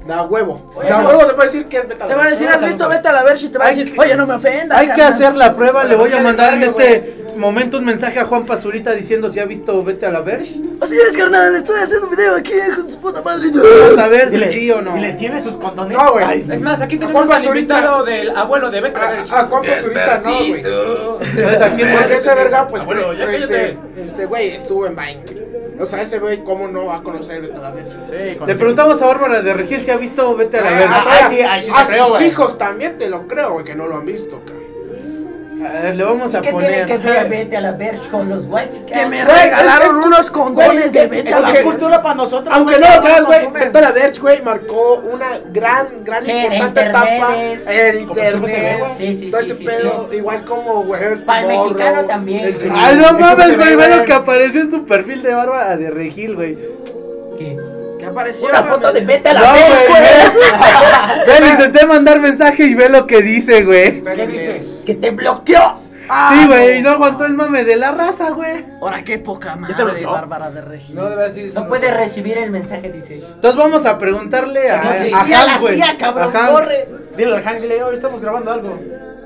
[SPEAKER 5] Da huevo.
[SPEAKER 18] Oye,
[SPEAKER 5] da
[SPEAKER 18] no.
[SPEAKER 5] huevo te puedo decir que es metal.
[SPEAKER 18] Te van a decir,
[SPEAKER 7] Vamos
[SPEAKER 18] has
[SPEAKER 7] a
[SPEAKER 18] visto,
[SPEAKER 7] comprar.
[SPEAKER 18] vete a la ver si te va a decir, oye, no me ofendas.
[SPEAKER 2] Hay que
[SPEAKER 18] carnal".
[SPEAKER 2] hacer la prueba, le voy a
[SPEAKER 6] Bueno,
[SPEAKER 2] mandar en
[SPEAKER 6] verga,
[SPEAKER 2] este momento un mensaje a Juan Pazurita diciendo si ha visto Vete a la Verge.
[SPEAKER 18] Así es, carnal, estoy haciendo un video aquí con su puta madre.
[SPEAKER 2] Vamos a ver si sí o no.
[SPEAKER 7] Y le tiene sus condones.
[SPEAKER 5] No, güey.
[SPEAKER 7] Ay,
[SPEAKER 6] Es más, aquí tenemos
[SPEAKER 5] Juanpa
[SPEAKER 6] al
[SPEAKER 5] Zurita.
[SPEAKER 6] invitado del abuelo de Beto.
[SPEAKER 5] A, a Juan Pazurita no, güey.
[SPEAKER 2] ¿Sabes a quién,
[SPEAKER 5] Porque
[SPEAKER 2] güey?
[SPEAKER 5] ese verga, pues,
[SPEAKER 6] Abuelo, ya
[SPEAKER 5] güey, este,
[SPEAKER 6] cállate.
[SPEAKER 5] este güey estuvo en Vine. O sea, ese güey, ¿cómo no va a conocer de la verga?
[SPEAKER 7] Sí, con
[SPEAKER 2] Le preguntamos a Bárbara de Regil si ha visto Vete a la
[SPEAKER 5] Ah,
[SPEAKER 2] Verge.
[SPEAKER 5] ah,
[SPEAKER 7] sí, ahí sí te
[SPEAKER 5] a
[SPEAKER 7] creo,
[SPEAKER 5] sus
[SPEAKER 7] güey.
[SPEAKER 5] hijos también te lo creo, güey, que no lo han visto, cabrón.
[SPEAKER 2] A ver, le vamos a
[SPEAKER 3] ¿Qué tiene
[SPEAKER 2] poner.
[SPEAKER 3] que ver vete a la verge con los whites?
[SPEAKER 18] Que me regalaron unos condones de vete a la
[SPEAKER 2] Es cultura para nosotros.
[SPEAKER 5] Aunque
[SPEAKER 2] güey,
[SPEAKER 5] no
[SPEAKER 2] que
[SPEAKER 5] lo creas, güey,
[SPEAKER 2] consumen.
[SPEAKER 5] Beto la Verge, güey, marcó una gran, gran
[SPEAKER 3] Sí,
[SPEAKER 5] importante
[SPEAKER 3] en
[SPEAKER 5] etapa.
[SPEAKER 3] internet.
[SPEAKER 5] El
[SPEAKER 2] Como el Chupo TV,
[SPEAKER 5] internet,
[SPEAKER 2] güey.
[SPEAKER 3] Sí, sí,
[SPEAKER 5] todo
[SPEAKER 3] sí,
[SPEAKER 5] ese
[SPEAKER 3] sí,
[SPEAKER 5] pedo, igual como, güey,
[SPEAKER 3] Para el
[SPEAKER 5] Tomorrow,
[SPEAKER 3] mexicano también. Ah,
[SPEAKER 5] el-
[SPEAKER 2] Ay, Ah, no mames, güey, ve
[SPEAKER 5] bueno,
[SPEAKER 2] lo que apareció en su perfil de Bárbara de Regil, güey.
[SPEAKER 18] ¿Qué apareció?
[SPEAKER 3] Una foto de vete a
[SPEAKER 2] No,
[SPEAKER 3] la
[SPEAKER 2] güey,
[SPEAKER 3] verge, güey.
[SPEAKER 2] ve. Ve, le intenté mandar mensaje y ve lo que dice, güey.
[SPEAKER 4] ¿Qué dices?
[SPEAKER 3] Que te bloqueó.
[SPEAKER 2] Sí, güey, y no aguantó el mame de la raza, güey.
[SPEAKER 18] Ahora qué poca madre, Bárbara de Regil.
[SPEAKER 6] No debe decir
[SPEAKER 3] No puede recibir el mensaje, dice.
[SPEAKER 2] Entonces vamos a preguntarle a,
[SPEAKER 3] No
[SPEAKER 2] a
[SPEAKER 3] sé, ya la
[SPEAKER 2] Hank, Ah, güey.
[SPEAKER 3] hacía, cabrón,
[SPEAKER 2] A Hank.
[SPEAKER 3] corre.
[SPEAKER 2] Dile al Hank, dile, hoy estamos grabando algo.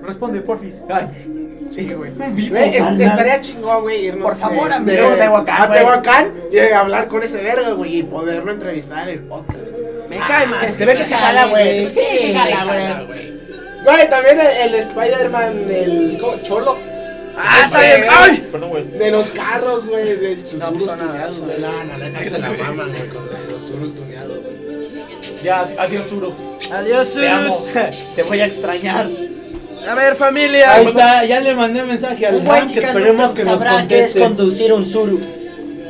[SPEAKER 2] Responde, porfis. Ay,
[SPEAKER 5] Sí, güey.
[SPEAKER 3] Güey, este es-
[SPEAKER 5] Estaría chingón, güey, irnos
[SPEAKER 3] Por favor,
[SPEAKER 5] eh,
[SPEAKER 3] amigo.
[SPEAKER 5] de-
[SPEAKER 2] Tehuacán,
[SPEAKER 5] a
[SPEAKER 2] güey.
[SPEAKER 5] Tehuacán y hablar con ese verga, güey, y poderlo entrevistar en el podcast.
[SPEAKER 18] Me cae mal.
[SPEAKER 3] Ah, Es que ve que se jala, güey.
[SPEAKER 5] Sí,
[SPEAKER 3] se
[SPEAKER 5] jala, güey. Güey, también el, el Spider-Man, el ¿cómo? Cholo,
[SPEAKER 18] Ah, está bien. Ay,
[SPEAKER 7] Perdón, güey.
[SPEAKER 5] de los carros, güey, de sus
[SPEAKER 18] No,
[SPEAKER 5] surus
[SPEAKER 18] pues, no,
[SPEAKER 5] tuneados,
[SPEAKER 18] no,
[SPEAKER 5] güey. No, no, neta, se la maman, güey, con los surus tuneados, güey.
[SPEAKER 7] Ya, adiós, Uro.
[SPEAKER 18] adiós,
[SPEAKER 7] Te amo.
[SPEAKER 18] Sus.
[SPEAKER 7] Te voy a extrañar.
[SPEAKER 18] A ver, familia.
[SPEAKER 2] Ahí está, ya le mandé mensaje al
[SPEAKER 3] Un white
[SPEAKER 2] Hank, que
[SPEAKER 3] chican
[SPEAKER 2] esperemos
[SPEAKER 3] nunca
[SPEAKER 2] que nos
[SPEAKER 3] sabrá qué es
[SPEAKER 2] conteste.
[SPEAKER 3] conducir un suru.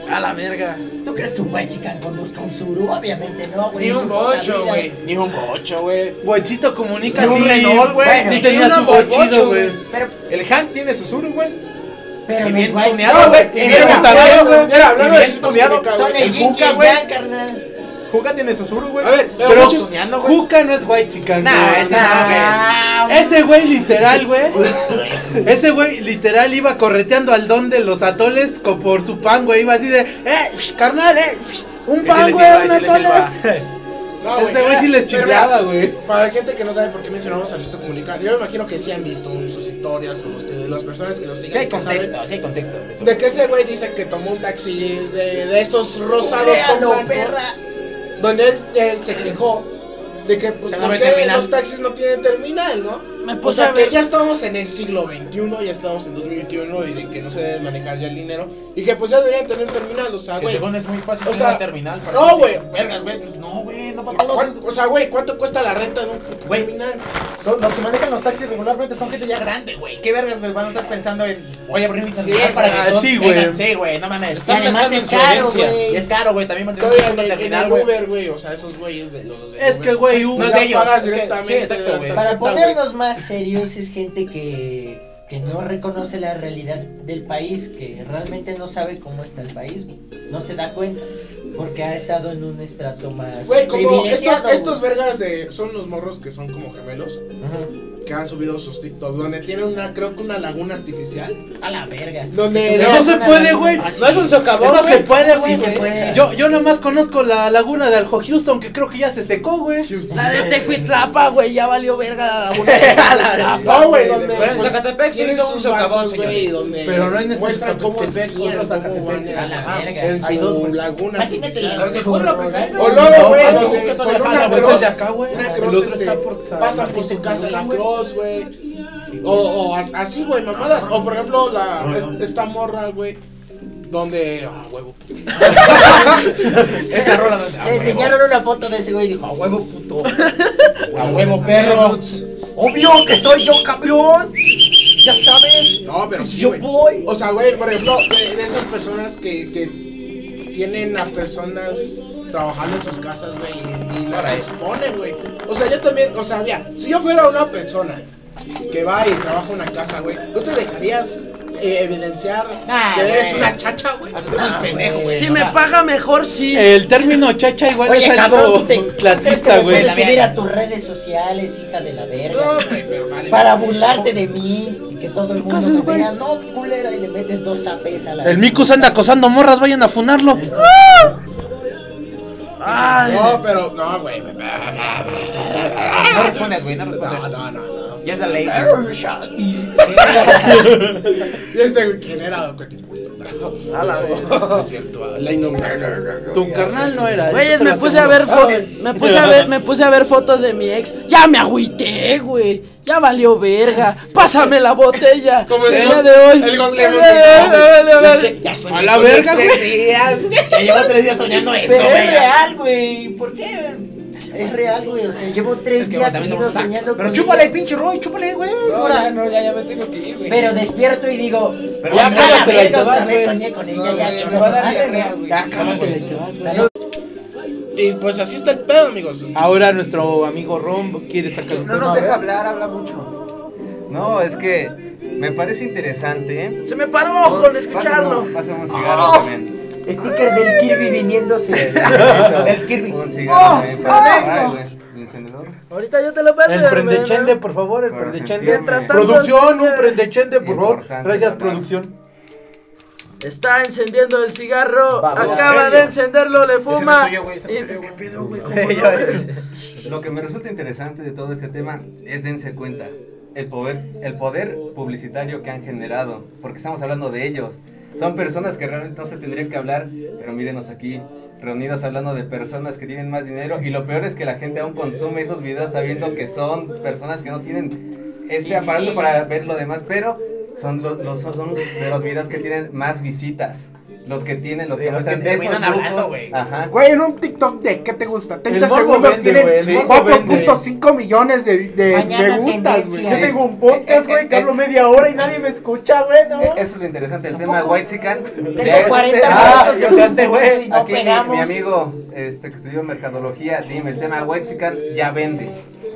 [SPEAKER 18] A la verga.
[SPEAKER 3] ¿Tú crees que un white chican conduzca un suru? Obviamente no, güey.
[SPEAKER 6] Ni
[SPEAKER 3] en su
[SPEAKER 6] un
[SPEAKER 3] puta
[SPEAKER 6] bocho,
[SPEAKER 3] vida.
[SPEAKER 6] güey.
[SPEAKER 5] Ni un bocho, güey.
[SPEAKER 2] Bochito comunica,
[SPEAKER 7] Y un
[SPEAKER 2] sí.
[SPEAKER 7] Renault, güey.
[SPEAKER 2] Bueno, sí
[SPEAKER 3] Y
[SPEAKER 2] tenía
[SPEAKER 7] una
[SPEAKER 2] su
[SPEAKER 7] Volvo,
[SPEAKER 2] bochito,
[SPEAKER 7] güey.
[SPEAKER 2] güey.
[SPEAKER 3] Pero,
[SPEAKER 7] El Hank tiene sus Uru, güey.
[SPEAKER 3] pero
[SPEAKER 7] Y
[SPEAKER 3] los
[SPEAKER 7] bien
[SPEAKER 3] white
[SPEAKER 7] tuneado,
[SPEAKER 3] chican-
[SPEAKER 7] güey. Y bien tuneado, güey.
[SPEAKER 5] Mira, hablando
[SPEAKER 7] Y
[SPEAKER 5] de
[SPEAKER 7] bien
[SPEAKER 5] surus
[SPEAKER 7] tuneado,
[SPEAKER 5] tuneados,
[SPEAKER 3] Son el
[SPEAKER 7] El
[SPEAKER 3] yin y
[SPEAKER 7] Juca,
[SPEAKER 3] el
[SPEAKER 7] güey.
[SPEAKER 3] yang, carnal.
[SPEAKER 7] Juga tiene sus Uru, güey.
[SPEAKER 5] A ver, pero,
[SPEAKER 2] Pero
[SPEAKER 5] muchos-
[SPEAKER 7] tuneando, güey.
[SPEAKER 2] Juca no es white chican,
[SPEAKER 7] Nah,
[SPEAKER 2] güey.
[SPEAKER 7] ese no, güey.
[SPEAKER 3] Ah,
[SPEAKER 2] Ese güey literal, güey. Ese güey literal iba correteando al don de los atoles co- por su pan, güey. Iba así de, eh, sh, carnal, eh, sh, un pan, güey, un atole.
[SPEAKER 5] No,
[SPEAKER 2] Ese este güey sí les
[SPEAKER 5] pero
[SPEAKER 2] chiflaba,
[SPEAKER 5] mira,
[SPEAKER 2] güey.
[SPEAKER 5] Para la gente que no sabe por qué mencionamos a Luisito Comunica, yo me imagino que sí han visto sus historias o ustedes, las personas que lo siguen.
[SPEAKER 7] Sí hay
[SPEAKER 5] que saben
[SPEAKER 7] contexto, sí hay contexto. de eso.
[SPEAKER 5] De que ese güey dice que tomó un taxi de, de esos rosados con
[SPEAKER 3] Véalo,
[SPEAKER 5] blanco,
[SPEAKER 3] perra.
[SPEAKER 5] donde él, él se quejó de que pues
[SPEAKER 7] Que no
[SPEAKER 5] ¿por
[SPEAKER 7] hay
[SPEAKER 5] qué
[SPEAKER 7] terminal.
[SPEAKER 5] los taxis no tienen terminal, ¿no?
[SPEAKER 18] Me
[SPEAKER 5] O
[SPEAKER 18] puse a
[SPEAKER 5] sea que
[SPEAKER 18] ver.
[SPEAKER 5] ya estamos en el siglo XXI, ya estamos en 2021 y de que no se debe manejar ya el dinero y que pues ya deberían tener terminal, o sea,
[SPEAKER 7] Que
[SPEAKER 5] güey.
[SPEAKER 7] según es muy fácil
[SPEAKER 5] O
[SPEAKER 7] tener
[SPEAKER 5] sea,
[SPEAKER 7] la terminal. para
[SPEAKER 5] No,
[SPEAKER 7] que-
[SPEAKER 5] güey, vergas, güey.
[SPEAKER 7] No, güey, no para todos.
[SPEAKER 5] ¿Cuánto- O sea, güey, ¿cuánto cuesta la renta de un puto
[SPEAKER 7] Güey.
[SPEAKER 5] terminal?
[SPEAKER 7] Lo- Los que manejan los taxis regularmente son gente ya grande, güey. ¿Qué vergas, güey? Van a estar pensando en, voy a abrir mi terminal
[SPEAKER 3] Sí,
[SPEAKER 7] para que
[SPEAKER 2] ah,
[SPEAKER 7] todos
[SPEAKER 2] sí,
[SPEAKER 7] vengan.
[SPEAKER 2] güey.
[SPEAKER 7] Sí, güey, no mames.
[SPEAKER 3] Y además es caro,
[SPEAKER 7] Y es
[SPEAKER 3] güey.
[SPEAKER 7] caro, güey, también mantener
[SPEAKER 5] Todavía
[SPEAKER 7] una puta
[SPEAKER 5] en el,
[SPEAKER 7] terminal,
[SPEAKER 5] en el
[SPEAKER 7] güey.
[SPEAKER 5] Uber, güey, o sea, esos güeyes de los de
[SPEAKER 2] Es que, güey,
[SPEAKER 7] No
[SPEAKER 2] Uber.
[SPEAKER 7] es
[SPEAKER 5] ya
[SPEAKER 7] de ellos.
[SPEAKER 5] pagas
[SPEAKER 7] es que-
[SPEAKER 5] directamente
[SPEAKER 7] sí, exacto, güey.
[SPEAKER 5] de la-
[SPEAKER 3] Para
[SPEAKER 5] Tanta,
[SPEAKER 3] ponernos más serios, es gente que, que no reconoce la realidad del país, que realmente no sabe cómo está el país, güey. no se da cuenta, porque ha estado en un estrato más
[SPEAKER 5] Güey, como
[SPEAKER 3] privilegiado.
[SPEAKER 5] estos, estos
[SPEAKER 3] güey.
[SPEAKER 5] vergas de, son los morros que son como gemelos,
[SPEAKER 3] Ajá.
[SPEAKER 5] que han subido sus TikTok, donde tienen una, creo que una laguna artificial.
[SPEAKER 3] A la verga.
[SPEAKER 5] Donde
[SPEAKER 3] Pero
[SPEAKER 2] Eso
[SPEAKER 5] no,
[SPEAKER 2] se
[SPEAKER 3] una
[SPEAKER 2] puede,
[SPEAKER 3] laguna.
[SPEAKER 2] güey.
[SPEAKER 3] Ah, sí.
[SPEAKER 2] No es un socavón. Eso
[SPEAKER 3] güey.
[SPEAKER 2] se puede, güey.
[SPEAKER 3] Sí se puede.
[SPEAKER 2] Yo, yo nomás conozco la laguna de Aljo Houston, que creo que ya se secó, güey.
[SPEAKER 18] La de Tecuitlapa, güey, ya valió verga. la
[SPEAKER 5] No, güey, donde.
[SPEAKER 6] Pero en
[SPEAKER 5] pues,
[SPEAKER 6] Zacatepec sí
[SPEAKER 5] tienen
[SPEAKER 6] hizo un
[SPEAKER 5] sus
[SPEAKER 6] socavón,
[SPEAKER 5] barcos, güey,
[SPEAKER 6] señores.
[SPEAKER 5] donde
[SPEAKER 2] Pero no en este
[SPEAKER 5] muestran cómo
[SPEAKER 2] Zacatepec,
[SPEAKER 5] esquían,
[SPEAKER 2] otro
[SPEAKER 5] cómo
[SPEAKER 2] Zacatepec.
[SPEAKER 5] van
[SPEAKER 3] A la verga.
[SPEAKER 5] En
[SPEAKER 2] Hay
[SPEAKER 5] su
[SPEAKER 2] dos, güey.
[SPEAKER 5] laguna.
[SPEAKER 3] Imagínate
[SPEAKER 5] artificial.
[SPEAKER 3] la chorrera.
[SPEAKER 5] O luego, güey, donde
[SPEAKER 2] No, no,
[SPEAKER 5] con
[SPEAKER 2] no,
[SPEAKER 5] una
[SPEAKER 2] no,
[SPEAKER 5] cross,
[SPEAKER 2] es el de acá, güey.
[SPEAKER 5] Una
[SPEAKER 2] El
[SPEAKER 5] cross,
[SPEAKER 2] otro
[SPEAKER 5] este,
[SPEAKER 2] está por San
[SPEAKER 5] pasan
[SPEAKER 2] Martín
[SPEAKER 5] por su casa la
[SPEAKER 2] Texmelucan, güey.
[SPEAKER 5] cross, güey. O, o as- así, güey, mamadas. O por ejemplo, la, es- esta morra, güey. Donde. Ah, huevo.
[SPEAKER 7] Esta rola donde.
[SPEAKER 3] Le enseñaron una foto de ese güey y dijo, a huevo puto.
[SPEAKER 7] A huevo, perro.
[SPEAKER 3] Obvio que soy yo, campeón. Ya sabes.
[SPEAKER 5] No, pero
[SPEAKER 4] Pues
[SPEAKER 5] sí,
[SPEAKER 3] yo
[SPEAKER 5] güey.
[SPEAKER 3] voy.
[SPEAKER 5] O sea, güey, por ejemplo, de, de esas personas que, que tienen a personas trabajando en sus casas, güey, y, y las exponen, güey. O sea, yo también, o sea, mira, si yo fuera una persona que va y trabaja en una casa, güey, ¿no te dejarías eh, evidenciar
[SPEAKER 3] Ah,
[SPEAKER 5] que eres
[SPEAKER 3] güey.
[SPEAKER 5] una chacha, güey?
[SPEAKER 7] Hasta te pones
[SPEAKER 3] "Ah,
[SPEAKER 7] pendejo, güey.
[SPEAKER 18] Si me paga mejor, sí.
[SPEAKER 2] El término chacha igual
[SPEAKER 3] Oye,
[SPEAKER 2] es
[SPEAKER 3] cabrón, tú
[SPEAKER 2] algo
[SPEAKER 3] te, tú crees que
[SPEAKER 2] clasista,
[SPEAKER 3] me
[SPEAKER 2] güey.
[SPEAKER 3] puedes subir a tus redes sociales, hija de la verga.
[SPEAKER 5] No, güey, pero vale.
[SPEAKER 3] Para burlarte de mí y que todo el mundo
[SPEAKER 2] haces,
[SPEAKER 3] me
[SPEAKER 2] güey?
[SPEAKER 3] vea, no culera y le metes dos zapes a la
[SPEAKER 2] El Mikus anda acosando morras, vayan a funarlo.
[SPEAKER 18] Ay,
[SPEAKER 5] No, pero, no, güey.
[SPEAKER 7] No respondes, güey, no
[SPEAKER 5] No,
[SPEAKER 7] respondes.
[SPEAKER 5] no, no, no.
[SPEAKER 7] Ya es la ley.
[SPEAKER 5] Y este, güey, ¿quién era?
[SPEAKER 18] a la verga.
[SPEAKER 5] La innombrable.
[SPEAKER 2] Tu carnal no era.
[SPEAKER 18] Güeyes,
[SPEAKER 2] eso te
[SPEAKER 18] me
[SPEAKER 2] lo
[SPEAKER 18] puse a ver
[SPEAKER 2] aseguro.
[SPEAKER 18] fo- me puse a ver, me puse a ver fotos de mi ex. Ya me agüité, güey. Ya valió verga. Pásame la botella.
[SPEAKER 5] Como el
[SPEAKER 18] el
[SPEAKER 5] go-
[SPEAKER 18] día de hoy.
[SPEAKER 5] el
[SPEAKER 18] El
[SPEAKER 5] Gonzalo
[SPEAKER 18] día de
[SPEAKER 5] González.
[SPEAKER 18] hoy, vale, vale.
[SPEAKER 2] A la verga, güey.
[SPEAKER 7] Ya llevo tres días soñando eso,
[SPEAKER 3] Pero es
[SPEAKER 7] güey.
[SPEAKER 3] real, güey. ¿Por qué? Es real, güey. O sea, llevo tres
[SPEAKER 19] Es que, güey,
[SPEAKER 3] días
[SPEAKER 19] también
[SPEAKER 3] seguidos
[SPEAKER 19] somos
[SPEAKER 3] soñando
[SPEAKER 19] blancos. Pero
[SPEAKER 3] con
[SPEAKER 19] chúpale,
[SPEAKER 3] ella.
[SPEAKER 19] pinche Roy, chúpale, güey.
[SPEAKER 20] No,
[SPEAKER 19] ahora.
[SPEAKER 20] ya, no, ya, ya me tengo que ir, güey.
[SPEAKER 3] Pero despierto y digo,
[SPEAKER 19] Pero
[SPEAKER 3] ya
[SPEAKER 19] ya
[SPEAKER 3] cállate,
[SPEAKER 19] cállate,
[SPEAKER 3] verga,
[SPEAKER 19] ahí te
[SPEAKER 3] otra
[SPEAKER 19] vas,
[SPEAKER 3] vez
[SPEAKER 19] güey.
[SPEAKER 3] soñé con ella, ya
[SPEAKER 21] Me va a dar diarrea,
[SPEAKER 3] chingada.
[SPEAKER 21] güey.
[SPEAKER 4] Ya, cámatela y te vas, güey.
[SPEAKER 3] Salud.
[SPEAKER 22] Y pues así está el pedo, amigos.
[SPEAKER 4] Ahora nuestro amigo Rom quiere sacar el
[SPEAKER 21] No
[SPEAKER 4] tema,
[SPEAKER 21] nos
[SPEAKER 4] a
[SPEAKER 21] deja
[SPEAKER 4] ver.
[SPEAKER 21] hablar, habla mucho.
[SPEAKER 2] No, es que me parece interesante, ¿eh?
[SPEAKER 1] Se me paró ojo al
[SPEAKER 2] Pásame,
[SPEAKER 1] escucharlo.
[SPEAKER 2] un- pásame un cigarro también.
[SPEAKER 3] Sticker del Kirby viniéndose.
[SPEAKER 2] El Kirby. Un cigarro también para agarrar, güey. ¿Mi encendedor?
[SPEAKER 1] Ahorita yo te lo paso.
[SPEAKER 4] El prendechende, por favor, el
[SPEAKER 2] Para
[SPEAKER 4] prendechende.
[SPEAKER 2] sentirme- Mientras
[SPEAKER 1] tanto,
[SPEAKER 4] Producción,
[SPEAKER 1] sigue.
[SPEAKER 4] un prendechende, por favor.
[SPEAKER 2] Importante
[SPEAKER 4] Gracias,
[SPEAKER 2] hablar.
[SPEAKER 4] producción.
[SPEAKER 1] Está encendiendo el cigarro.
[SPEAKER 3] Vamos,
[SPEAKER 1] acaba de encenderlo, le fuma.
[SPEAKER 19] tuyo, güey, ese no
[SPEAKER 1] y-
[SPEAKER 19] es tuyo, güey.
[SPEAKER 1] ¿Qué pedo, güey?
[SPEAKER 2] Lo que me resulta interesante de todo este tema es dense cuenta el poder, el poder publicitario que han generado, porque estamos hablando de ellos. Son personas que realmente no se tendrían que hablar, pero mírenos aquí, reunidos hablando de personas que tienen más dinero y lo peor es que la gente aún consume esos videos sabiendo que son personas que no tienen ese aparato para ver lo demás, pero son los, los- son de los videos que tienen más visitas. Los que tienen, los que
[SPEAKER 19] los que
[SPEAKER 2] están de esos
[SPEAKER 19] terminan hablando,
[SPEAKER 2] grupos,
[SPEAKER 19] güey.
[SPEAKER 2] ajá.
[SPEAKER 5] Güey, en un TikTok de ¿qué te gusta? 30
[SPEAKER 4] morbo
[SPEAKER 5] segundos
[SPEAKER 4] vende,
[SPEAKER 5] tienen
[SPEAKER 4] güey, el morbo
[SPEAKER 5] 4.5 millones de, de
[SPEAKER 3] Mañana
[SPEAKER 5] me gustas, güey. Yo
[SPEAKER 3] tendencia.
[SPEAKER 5] tengo un
[SPEAKER 2] Eh, eh,
[SPEAKER 5] podcast, güey, que
[SPEAKER 2] eh,
[SPEAKER 5] hablo media hora y nadie me escucha, güey, ¿no?
[SPEAKER 2] Eh, Eso es lo interesante, el tema White Chican.
[SPEAKER 3] Tengo 40
[SPEAKER 4] Ah,
[SPEAKER 3] minutos
[SPEAKER 4] o sea,
[SPEAKER 3] de
[SPEAKER 4] este güey,
[SPEAKER 3] y no
[SPEAKER 2] aquí mi- mi,
[SPEAKER 3] pegamos.
[SPEAKER 2] amigo este, que estudió mercadología, dime, el tema White Chican ya vende.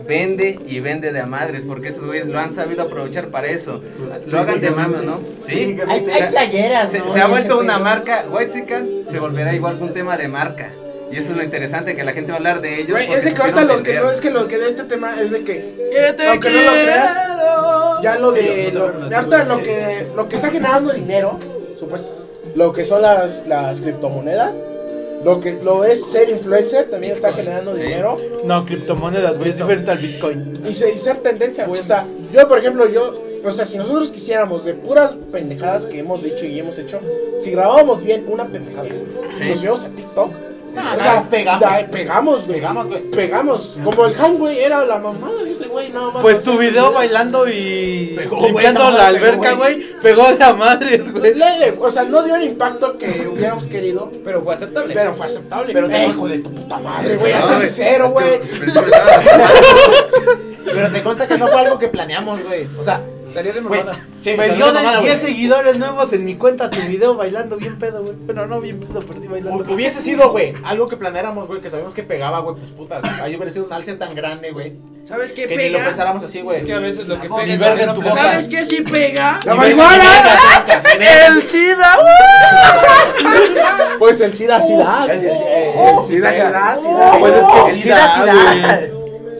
[SPEAKER 2] Vende y vende de a madres, porque estos güeyes lo han sabido aprovechar para eso. lo hagan de mame, ¿no? Sí.
[SPEAKER 3] Hay- hay
[SPEAKER 2] O sea,
[SPEAKER 3] playeras,
[SPEAKER 2] Se,
[SPEAKER 3] ¿no?
[SPEAKER 2] se ha
[SPEAKER 3] Y
[SPEAKER 2] vuelto
[SPEAKER 3] ese
[SPEAKER 2] una
[SPEAKER 3] pedo.
[SPEAKER 2] marca, White Chican se volverá igual que un tema de marca. Y eso es lo interesante, que la gente va a hablar de ellos.
[SPEAKER 5] Güey,
[SPEAKER 2] porque
[SPEAKER 5] es de que
[SPEAKER 2] supieron
[SPEAKER 5] ahorita lo que
[SPEAKER 2] vender.
[SPEAKER 5] no es que lo que de este tema es de que
[SPEAKER 1] Que te
[SPEAKER 5] Aunque no lo creas,
[SPEAKER 1] quiero.
[SPEAKER 5] ya lo de lo, de harta lo que lo que está generando dinero, supuesto, lo que son las las criptomonedas, lo que lo es ser influencer también está generando dinero.
[SPEAKER 4] No, criptomonedas, güey, es diferente al Bitcoin.
[SPEAKER 5] y se y ser tendencia, güey. O sea, yo, por ejemplo, yo, o sea, si nosotros quisiéramos de puras pendejadas que hemos dicho y hemos hecho, si grabábamos bien una pendejada,
[SPEAKER 2] Sí.
[SPEAKER 5] nos íbamos a TikTok.
[SPEAKER 19] Ah, las pegamos.
[SPEAKER 5] da- pegamos, güey.
[SPEAKER 19] Pegamos, güey.
[SPEAKER 5] Pegamos. Como el Han, güey, era la mamada de ese güey, nada más.
[SPEAKER 4] Pues
[SPEAKER 5] hacer
[SPEAKER 4] tu video
[SPEAKER 5] videos.
[SPEAKER 4] bailando y
[SPEAKER 19] Pegó, güey,
[SPEAKER 4] limpiando
[SPEAKER 19] esa madre
[SPEAKER 4] la
[SPEAKER 19] pegó,
[SPEAKER 4] alberca,
[SPEAKER 19] güey.
[SPEAKER 4] güey, pegó de a madres,
[SPEAKER 5] Pues,
[SPEAKER 4] güey.
[SPEAKER 5] le- o sea, no dio el impacto que hubiéramos querido,
[SPEAKER 21] Pero fue aceptable.
[SPEAKER 5] pero fue aceptable.
[SPEAKER 19] Pero
[SPEAKER 5] Eh,
[SPEAKER 19] te-
[SPEAKER 5] hijo de tu puta madre, güey,
[SPEAKER 2] No,
[SPEAKER 5] hace
[SPEAKER 2] güey,
[SPEAKER 5] cero,
[SPEAKER 2] es que
[SPEAKER 5] güey.
[SPEAKER 2] al principio estaba-
[SPEAKER 19] Pero te consta que no fue algo que planeamos, güey. O sea,
[SPEAKER 21] Salió de
[SPEAKER 19] güey.
[SPEAKER 21] mamada.
[SPEAKER 19] sí,
[SPEAKER 4] Me
[SPEAKER 19] salió
[SPEAKER 4] dio
[SPEAKER 19] de mamada,
[SPEAKER 4] de
[SPEAKER 19] güey.
[SPEAKER 4] 10 seguidores nuevos en mi cuenta tu video bailando bien pedo, güey. Bueno, no bien pedo, pero sí bailando.
[SPEAKER 19] Hu- Hubiese sido, güey, algo que planeáramos, güey, que sabíamos que pegaba, güey, pues putas. Ahí hubiera sido un alce tan grande, güey.
[SPEAKER 1] ¿Sabes qué
[SPEAKER 19] Que ni lo
[SPEAKER 1] pega?
[SPEAKER 19] pensáramos así, güey.
[SPEAKER 21] Es que a veces lo que pega
[SPEAKER 4] ni
[SPEAKER 21] es
[SPEAKER 4] verga
[SPEAKER 21] lo
[SPEAKER 4] en
[SPEAKER 21] que
[SPEAKER 4] tu
[SPEAKER 21] no
[SPEAKER 4] boca.
[SPEAKER 21] planeas.
[SPEAKER 1] ¿Sabes qué sí pega?
[SPEAKER 5] La
[SPEAKER 4] marihuana!
[SPEAKER 1] El SIDA. ¡Uh!
[SPEAKER 5] Pues el SIDA,
[SPEAKER 19] Ah,
[SPEAKER 5] SIDA.
[SPEAKER 19] oh,
[SPEAKER 4] el- el-
[SPEAKER 5] El SIDA, SIDA, SIDA.
[SPEAKER 4] Pues es que
[SPEAKER 5] el
[SPEAKER 4] el SIDA, güey.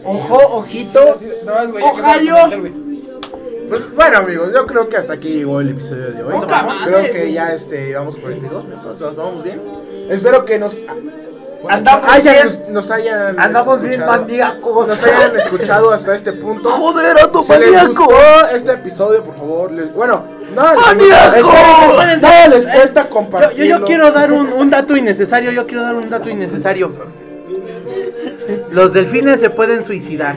[SPEAKER 3] Ojo, ojito.
[SPEAKER 21] No, es güey, ya que no
[SPEAKER 5] Ohio.
[SPEAKER 21] lo comenté, güey.
[SPEAKER 5] Pues bueno amigos, yo creo que hasta aquí llegó el episodio de hoy. ¿no?
[SPEAKER 1] Poca madre,
[SPEAKER 5] creo que
[SPEAKER 1] güey.
[SPEAKER 5] ya este llevamos 42 minutos, nos vamos bien. Espero que nos
[SPEAKER 3] Andamos
[SPEAKER 5] hayan,
[SPEAKER 3] bien.
[SPEAKER 5] nos- nos hayan
[SPEAKER 3] Andamos bien
[SPEAKER 5] escuchado-
[SPEAKER 3] maníacos.
[SPEAKER 5] Nos hayan escuchado hasta este punto.
[SPEAKER 1] Joder, ando
[SPEAKER 5] Si les
[SPEAKER 1] maníaco.
[SPEAKER 5] gustó este episodio, por favor, les- bueno, no les-
[SPEAKER 1] ¡Maníaco!
[SPEAKER 5] Esperen, no les cuesta
[SPEAKER 4] Yo,
[SPEAKER 5] compartir.
[SPEAKER 4] yo, yo quiero dar un, un dato innecesario, yo quiero dar un dato innecesario. Los delfines se pueden suicidar.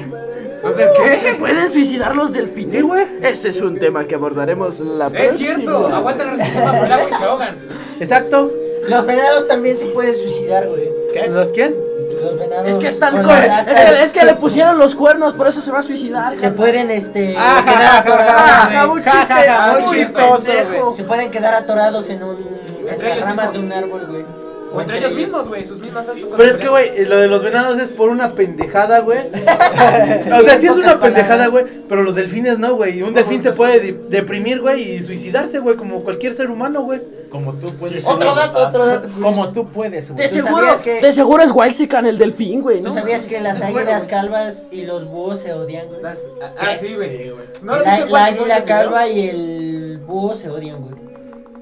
[SPEAKER 1] ¿Se pueden suicidar los delfines? Ese es un tema que abordaremos la
[SPEAKER 21] Es
[SPEAKER 1] próxima.
[SPEAKER 21] cierto, aguanta la respuesta por el agua y se ahogan.
[SPEAKER 4] Exacto.
[SPEAKER 3] Los venados también se pueden suicidar, güey.
[SPEAKER 4] ¿Los quién?
[SPEAKER 3] Los venados.
[SPEAKER 1] Es que están
[SPEAKER 3] con
[SPEAKER 1] con...
[SPEAKER 3] las
[SPEAKER 1] Es que,
[SPEAKER 3] rastas
[SPEAKER 1] es que le pusieron los cuernos, por eso se va a suicidar.
[SPEAKER 3] Se pueden, este.
[SPEAKER 4] Ah,
[SPEAKER 3] quedar
[SPEAKER 4] ja, ja,
[SPEAKER 3] atorados,
[SPEAKER 1] Ajá, un
[SPEAKER 3] güey.
[SPEAKER 1] chiste
[SPEAKER 4] ja,
[SPEAKER 1] muy
[SPEAKER 4] muy
[SPEAKER 1] chistoso,
[SPEAKER 4] pendejo.
[SPEAKER 1] güey.
[SPEAKER 3] Se pueden quedar atorados en un. En
[SPEAKER 21] Entre
[SPEAKER 3] las
[SPEAKER 21] ellos
[SPEAKER 3] ramas
[SPEAKER 21] mismos.
[SPEAKER 3] de un árbol, güey.
[SPEAKER 21] O entre ellos mismos, güey, sus mismas astas.
[SPEAKER 4] Pero es que, güey, eh, lo de los venados es por una pendejada, güey. O sea, sí es una pendejada, güey, pero los delfines no, güey. Y un delfín se puede de- deprimir, güey, y suicidarse, güey, como cualquier ser humano, güey.
[SPEAKER 19] Como tú puedes.
[SPEAKER 3] Otro dato, otro dato.
[SPEAKER 19] Como tú puedes, güey.
[SPEAKER 1] De
[SPEAKER 3] ¿Tú
[SPEAKER 1] seguro,
[SPEAKER 3] sabías que-
[SPEAKER 1] de seguro es Waxican el delfín, güey,
[SPEAKER 3] ¿Tú
[SPEAKER 1] ¿no?
[SPEAKER 3] sabías que las
[SPEAKER 21] Bueno,
[SPEAKER 3] águilas
[SPEAKER 21] güey.
[SPEAKER 3] calvas y los búhos se odian, güey?
[SPEAKER 21] Las- ah, Ah, sí, güey. ¿No lo
[SPEAKER 3] La,
[SPEAKER 21] viste,
[SPEAKER 3] la
[SPEAKER 21] Juan, chingón, el
[SPEAKER 3] águila
[SPEAKER 21] video?
[SPEAKER 3] calva y el búho se odian, güey.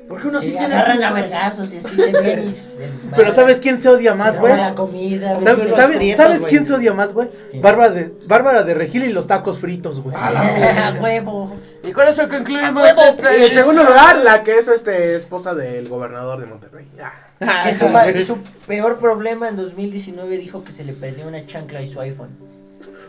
[SPEAKER 1] Porque
[SPEAKER 3] se agarran a vergazos y así se ven y se desmadran.
[SPEAKER 4] Pero ¿sabes quién se odia más,
[SPEAKER 3] Se
[SPEAKER 4] güey?
[SPEAKER 3] roban la comida, güey.
[SPEAKER 4] ¿Sabes,
[SPEAKER 3] Los
[SPEAKER 4] sabes-
[SPEAKER 3] prietos,
[SPEAKER 4] sabes
[SPEAKER 3] güey.
[SPEAKER 4] quién se odia más, güey?
[SPEAKER 3] ¿Quién?
[SPEAKER 4] Bárbara de, Bárbara de Regil y los tacos fritos, güey.
[SPEAKER 3] Ah, huevo.
[SPEAKER 1] Y con eso concluimos
[SPEAKER 5] Y
[SPEAKER 1] este
[SPEAKER 5] en segundo lugar, la que es este esposa del gobernador de Monterrey. Ah.
[SPEAKER 3] Que su, ma- su peor problema en 2019 dijo que se le perdió una chancla y su iPhone.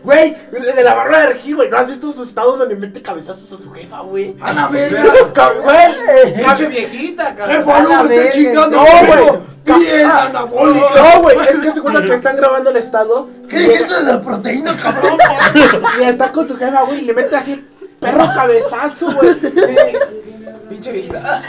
[SPEAKER 5] Güey, de la barra de Regil, güey. ¿No has visto sus estados donde mete cabezazos a su jefa, güey? A la verga. Ca- Güey,
[SPEAKER 21] Pinche viejita, cabrón.
[SPEAKER 5] Jefa, no me estoy chingando. No, güey.
[SPEAKER 4] ¡Bien anabólica! No, güey, es que se cuenta que están grabando el estado. ¿Qué es eso de la proteína, cabrón? y está con su jefa, güey, y le mete así el perro cabezazo, güey.
[SPEAKER 23] Pinche viejita.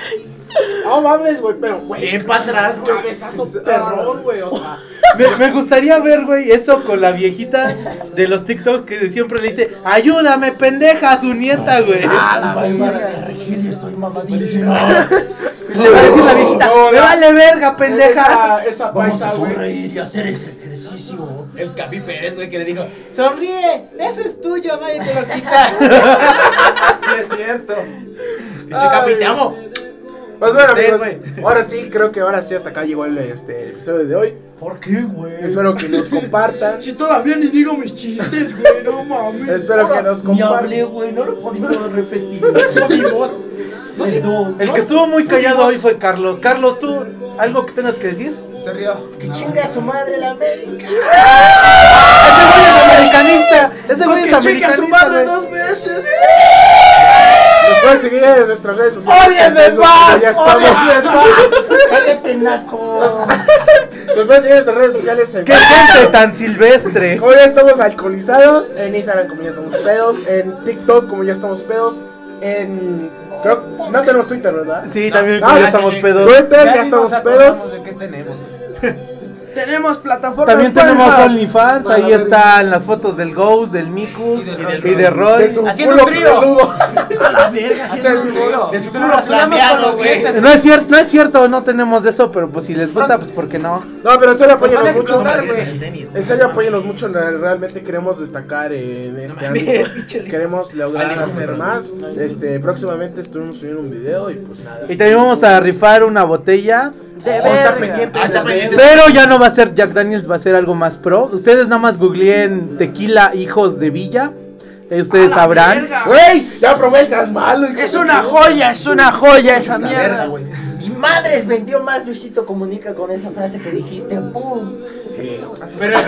[SPEAKER 4] No mames, güey, pero, güey.
[SPEAKER 5] Bien para atrás, güey.
[SPEAKER 4] Cabezazo perrón, güey, o sea.
[SPEAKER 2] Me, me gustaría ver, güey, eso con la viejita de los TikTok que siempre le dice, ayúdame, pendeja, a su
[SPEAKER 19] Ah,
[SPEAKER 2] nieta, güey. Y le va a decir la viejita,
[SPEAKER 4] No,
[SPEAKER 2] me
[SPEAKER 4] no.
[SPEAKER 2] vale verga, pendeja.
[SPEAKER 4] Esa, esa paisa, güey.
[SPEAKER 5] El Capi Pérez, güey, que le dijo,
[SPEAKER 2] Sonríe, eso es tuyo, nadie te lo quita.
[SPEAKER 23] Sí, es cierto.
[SPEAKER 5] pinche Capi, te amo.
[SPEAKER 4] Pues bueno, amigos,
[SPEAKER 5] Ustedes,
[SPEAKER 4] ahora sí, creo que ahora sí, hasta acá llegó el este, episodio de hoy.
[SPEAKER 5] ¿Por qué, güey?
[SPEAKER 4] Espero que nos compartan.
[SPEAKER 1] Si todavía ni digo mis chistes, güey, no mames.
[SPEAKER 4] Espero que nos compartan.
[SPEAKER 3] güey, no lo podemos repetir. Perdón.
[SPEAKER 2] El que estuvo muy callado hoy fue Carlos. Carlos, ¿tú algo que tengas que decir?
[SPEAKER 23] Se rió.
[SPEAKER 3] Que chinga a su madre la América.
[SPEAKER 2] Ese güey es americanista. Ese güey
[SPEAKER 1] Pues que
[SPEAKER 2] es
[SPEAKER 1] chique a
[SPEAKER 2] americanista.
[SPEAKER 1] su madre
[SPEAKER 2] güey.
[SPEAKER 1] dos veces.
[SPEAKER 4] Nos pueden seguir en nuestras redes sociales. en
[SPEAKER 2] ¡Ódienme
[SPEAKER 4] Facebook,
[SPEAKER 2] más!
[SPEAKER 4] que Ya
[SPEAKER 2] ¡Ódienme
[SPEAKER 4] estamos.
[SPEAKER 2] más!
[SPEAKER 3] Cállate, naco.
[SPEAKER 4] Nos pueden seguir en nuestras redes sociales. En
[SPEAKER 2] ¡Qué gente tan silvestre!
[SPEAKER 4] Como ya estamos alcoholizados, en Instagram como ya estamos pedos, en TikTok como ya estamos pedos, en... Creo... No tenemos Twitter, ¿verdad?
[SPEAKER 2] Sí, también
[SPEAKER 4] No,
[SPEAKER 2] como ya
[SPEAKER 4] sí,
[SPEAKER 2] estamos
[SPEAKER 4] sí.
[SPEAKER 2] pedos.
[SPEAKER 4] Twitter, ya, estamos pedos.
[SPEAKER 23] ¿Qué tenemos?
[SPEAKER 1] Tenemos plataforma.
[SPEAKER 2] También tenemos
[SPEAKER 1] falsa.
[SPEAKER 2] OnlyFans,
[SPEAKER 1] Para
[SPEAKER 2] ahí
[SPEAKER 1] ver-
[SPEAKER 2] están las fotos del Ghost, del Mikus
[SPEAKER 23] Y del
[SPEAKER 2] y de Roy.
[SPEAKER 4] Es un
[SPEAKER 23] Haciendo
[SPEAKER 4] culo
[SPEAKER 23] un trío.
[SPEAKER 4] peludo.
[SPEAKER 1] A la verga, haciendo un trío.
[SPEAKER 5] De su culo
[SPEAKER 23] con
[SPEAKER 5] flameado,
[SPEAKER 23] los
[SPEAKER 5] güey.
[SPEAKER 23] dientes.
[SPEAKER 2] No es cierto, no es cierto, no tenemos de eso, pero pues si les gusta, pues ¿por qué no?
[SPEAKER 4] No, pero
[SPEAKER 23] Nos
[SPEAKER 4] en serio
[SPEAKER 23] van a
[SPEAKER 4] apóyenos mucho.
[SPEAKER 23] explotar, güey.
[SPEAKER 4] En serio apóyenos mucho, re- realmente queremos destacar en este ámbito. Queremos lograr hacer más. Este, próximamente estuvimos subiendo un video y pues nada.
[SPEAKER 2] Y también vamos a rifar una botella.
[SPEAKER 4] Vamos a estar pendientes.
[SPEAKER 5] Ah, está pendiente.
[SPEAKER 2] Pero ya no va a ser Jack Daniels, va a ser algo más pro. Ustedes nada más googleen tequila hijos de villa. eh, Ustedes sabrán.
[SPEAKER 4] ¡Güey! ¡Ya probé el malo! hijo
[SPEAKER 1] Es
[SPEAKER 4] de
[SPEAKER 1] una
[SPEAKER 4] Dios.
[SPEAKER 1] joya, es una joya esa mierda.
[SPEAKER 3] Mi madres vendió más Luisito Comunica con esa frase que dijiste. ¡Pum!
[SPEAKER 4] Sí.
[SPEAKER 5] Pero
[SPEAKER 2] ¿En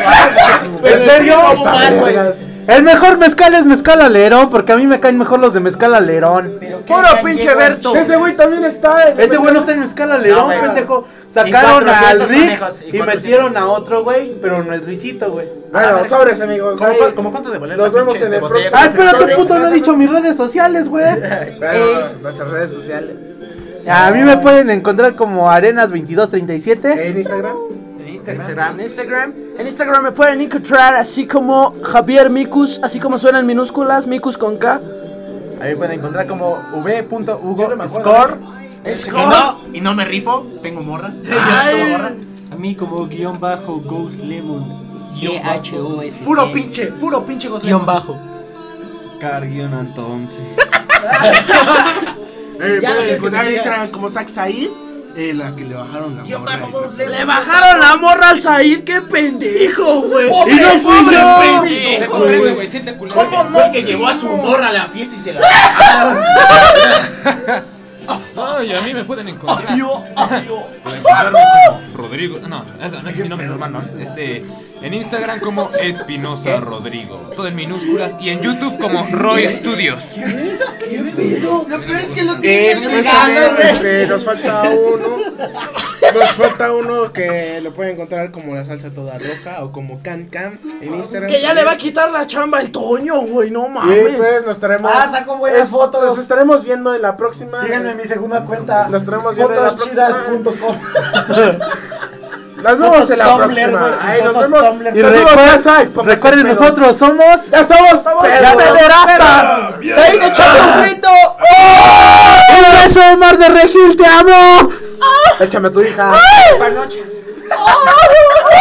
[SPEAKER 2] serio?
[SPEAKER 4] Esta vergas.
[SPEAKER 2] El mejor mezcal es mezcal alerón, porque a mí me caen mejor los de mezcal alerón.
[SPEAKER 1] Puro pinche Berto.
[SPEAKER 4] Ese güey también está en.
[SPEAKER 2] Ese güey no está en mezcal alerón,
[SPEAKER 5] No, güey.
[SPEAKER 2] pendejo.
[SPEAKER 5] Y
[SPEAKER 2] Sacaron
[SPEAKER 5] 400
[SPEAKER 2] al Rix
[SPEAKER 5] conejos, y
[SPEAKER 2] y
[SPEAKER 5] 400.
[SPEAKER 2] metieron a otro güey, pero no es Luisito, güey.
[SPEAKER 4] Bueno, sobres, amigos.
[SPEAKER 5] ¿Cómo,
[SPEAKER 4] Ahí-
[SPEAKER 5] cu- cómo cuánto de valer
[SPEAKER 4] Nos
[SPEAKER 5] la
[SPEAKER 4] vemos
[SPEAKER 5] pinche
[SPEAKER 4] en el
[SPEAKER 5] este botella?
[SPEAKER 2] Ah,
[SPEAKER 4] próximo-
[SPEAKER 2] espérate, puto, no he dicho mis redes sociales, güey.
[SPEAKER 4] Bueno, nuestras redes sociales.
[SPEAKER 2] A mí me pueden encontrar como Arenas2237.
[SPEAKER 4] En Instagram.
[SPEAKER 5] En Instagram.
[SPEAKER 1] En Instagram. En Instagram me pueden encontrar así como Javier Micus, así como suenan minúsculas, Micus con K.
[SPEAKER 24] Ahí pueden encontrar como v.hugo
[SPEAKER 1] Score.
[SPEAKER 5] Y no, y no me rifo, tengo morra. Yo no tengo morra.
[SPEAKER 4] Eh,
[SPEAKER 3] A mí como guión bajo Ghost Lemon. G-H-O-S.
[SPEAKER 5] Puro pinche, puro pinche Ghost
[SPEAKER 3] Guión
[SPEAKER 5] Lemon.
[SPEAKER 3] bajo.
[SPEAKER 24] Carguion entonces.
[SPEAKER 4] Eh,
[SPEAKER 3] Ya,
[SPEAKER 4] pueden
[SPEAKER 3] ya,
[SPEAKER 4] encontrar en
[SPEAKER 3] ya.
[SPEAKER 4] Instagram como Zack Said, eh, la que le bajaron la morra.
[SPEAKER 1] Le bajaron la morra al Said, qué pendejo, güey.
[SPEAKER 2] ¡Y no fui yo!
[SPEAKER 23] Te comprendo, güey, sí te culpo.
[SPEAKER 5] ¿Cómo no? Fue el que llevó a su morra a la fiesta y se la.
[SPEAKER 25] Ay, a mí me pueden encontrar. Pueden encontrarme como Rodrigo. No, esa no es mi nombre, hermano. Este, en Instagram como Espinosa Rodrigo. Todo en minúsculas. Y en YouTube como Roy Studios.
[SPEAKER 5] Lo peor es que lo
[SPEAKER 4] Eh,
[SPEAKER 5] tiene
[SPEAKER 4] pues,
[SPEAKER 5] pegado,
[SPEAKER 4] también,
[SPEAKER 5] güey.
[SPEAKER 4] este, nos falta uno. Nos falta uno que lo pueden encontrar como la salsa toda roja o como Can Can en Instagram.
[SPEAKER 1] Que ya le va a quitar la chamba el Toño, güey, no
[SPEAKER 4] Y
[SPEAKER 1] mames.
[SPEAKER 4] pues nos estaremos.
[SPEAKER 3] Ah, sacó buenas fotos.
[SPEAKER 4] Nos estaremos viendo en la próxima.
[SPEAKER 3] Síganme en mi segunda cuenta.
[SPEAKER 4] Nos tenemos bien en la
[SPEAKER 3] Fotoschidas.com.
[SPEAKER 4] Nos vemos en la
[SPEAKER 2] Fotos
[SPEAKER 4] próxima.
[SPEAKER 2] Tumblr,
[SPEAKER 4] Ay, nos
[SPEAKER 3] fotos
[SPEAKER 4] vemos.
[SPEAKER 3] Tumblr.
[SPEAKER 2] Y
[SPEAKER 4] Saludos,
[SPEAKER 2] recuer-
[SPEAKER 4] Zack. Pónganse
[SPEAKER 2] recuerden,
[SPEAKER 4] pedos.
[SPEAKER 2] nosotros somos...
[SPEAKER 4] Ya estamos, estamos.
[SPEAKER 2] ¡Las pederastas! ¡Said, échame un grito! ¡Un beso, Omar de Regil, te amo!
[SPEAKER 4] Échame a tu hija.
[SPEAKER 2] ¡Ay!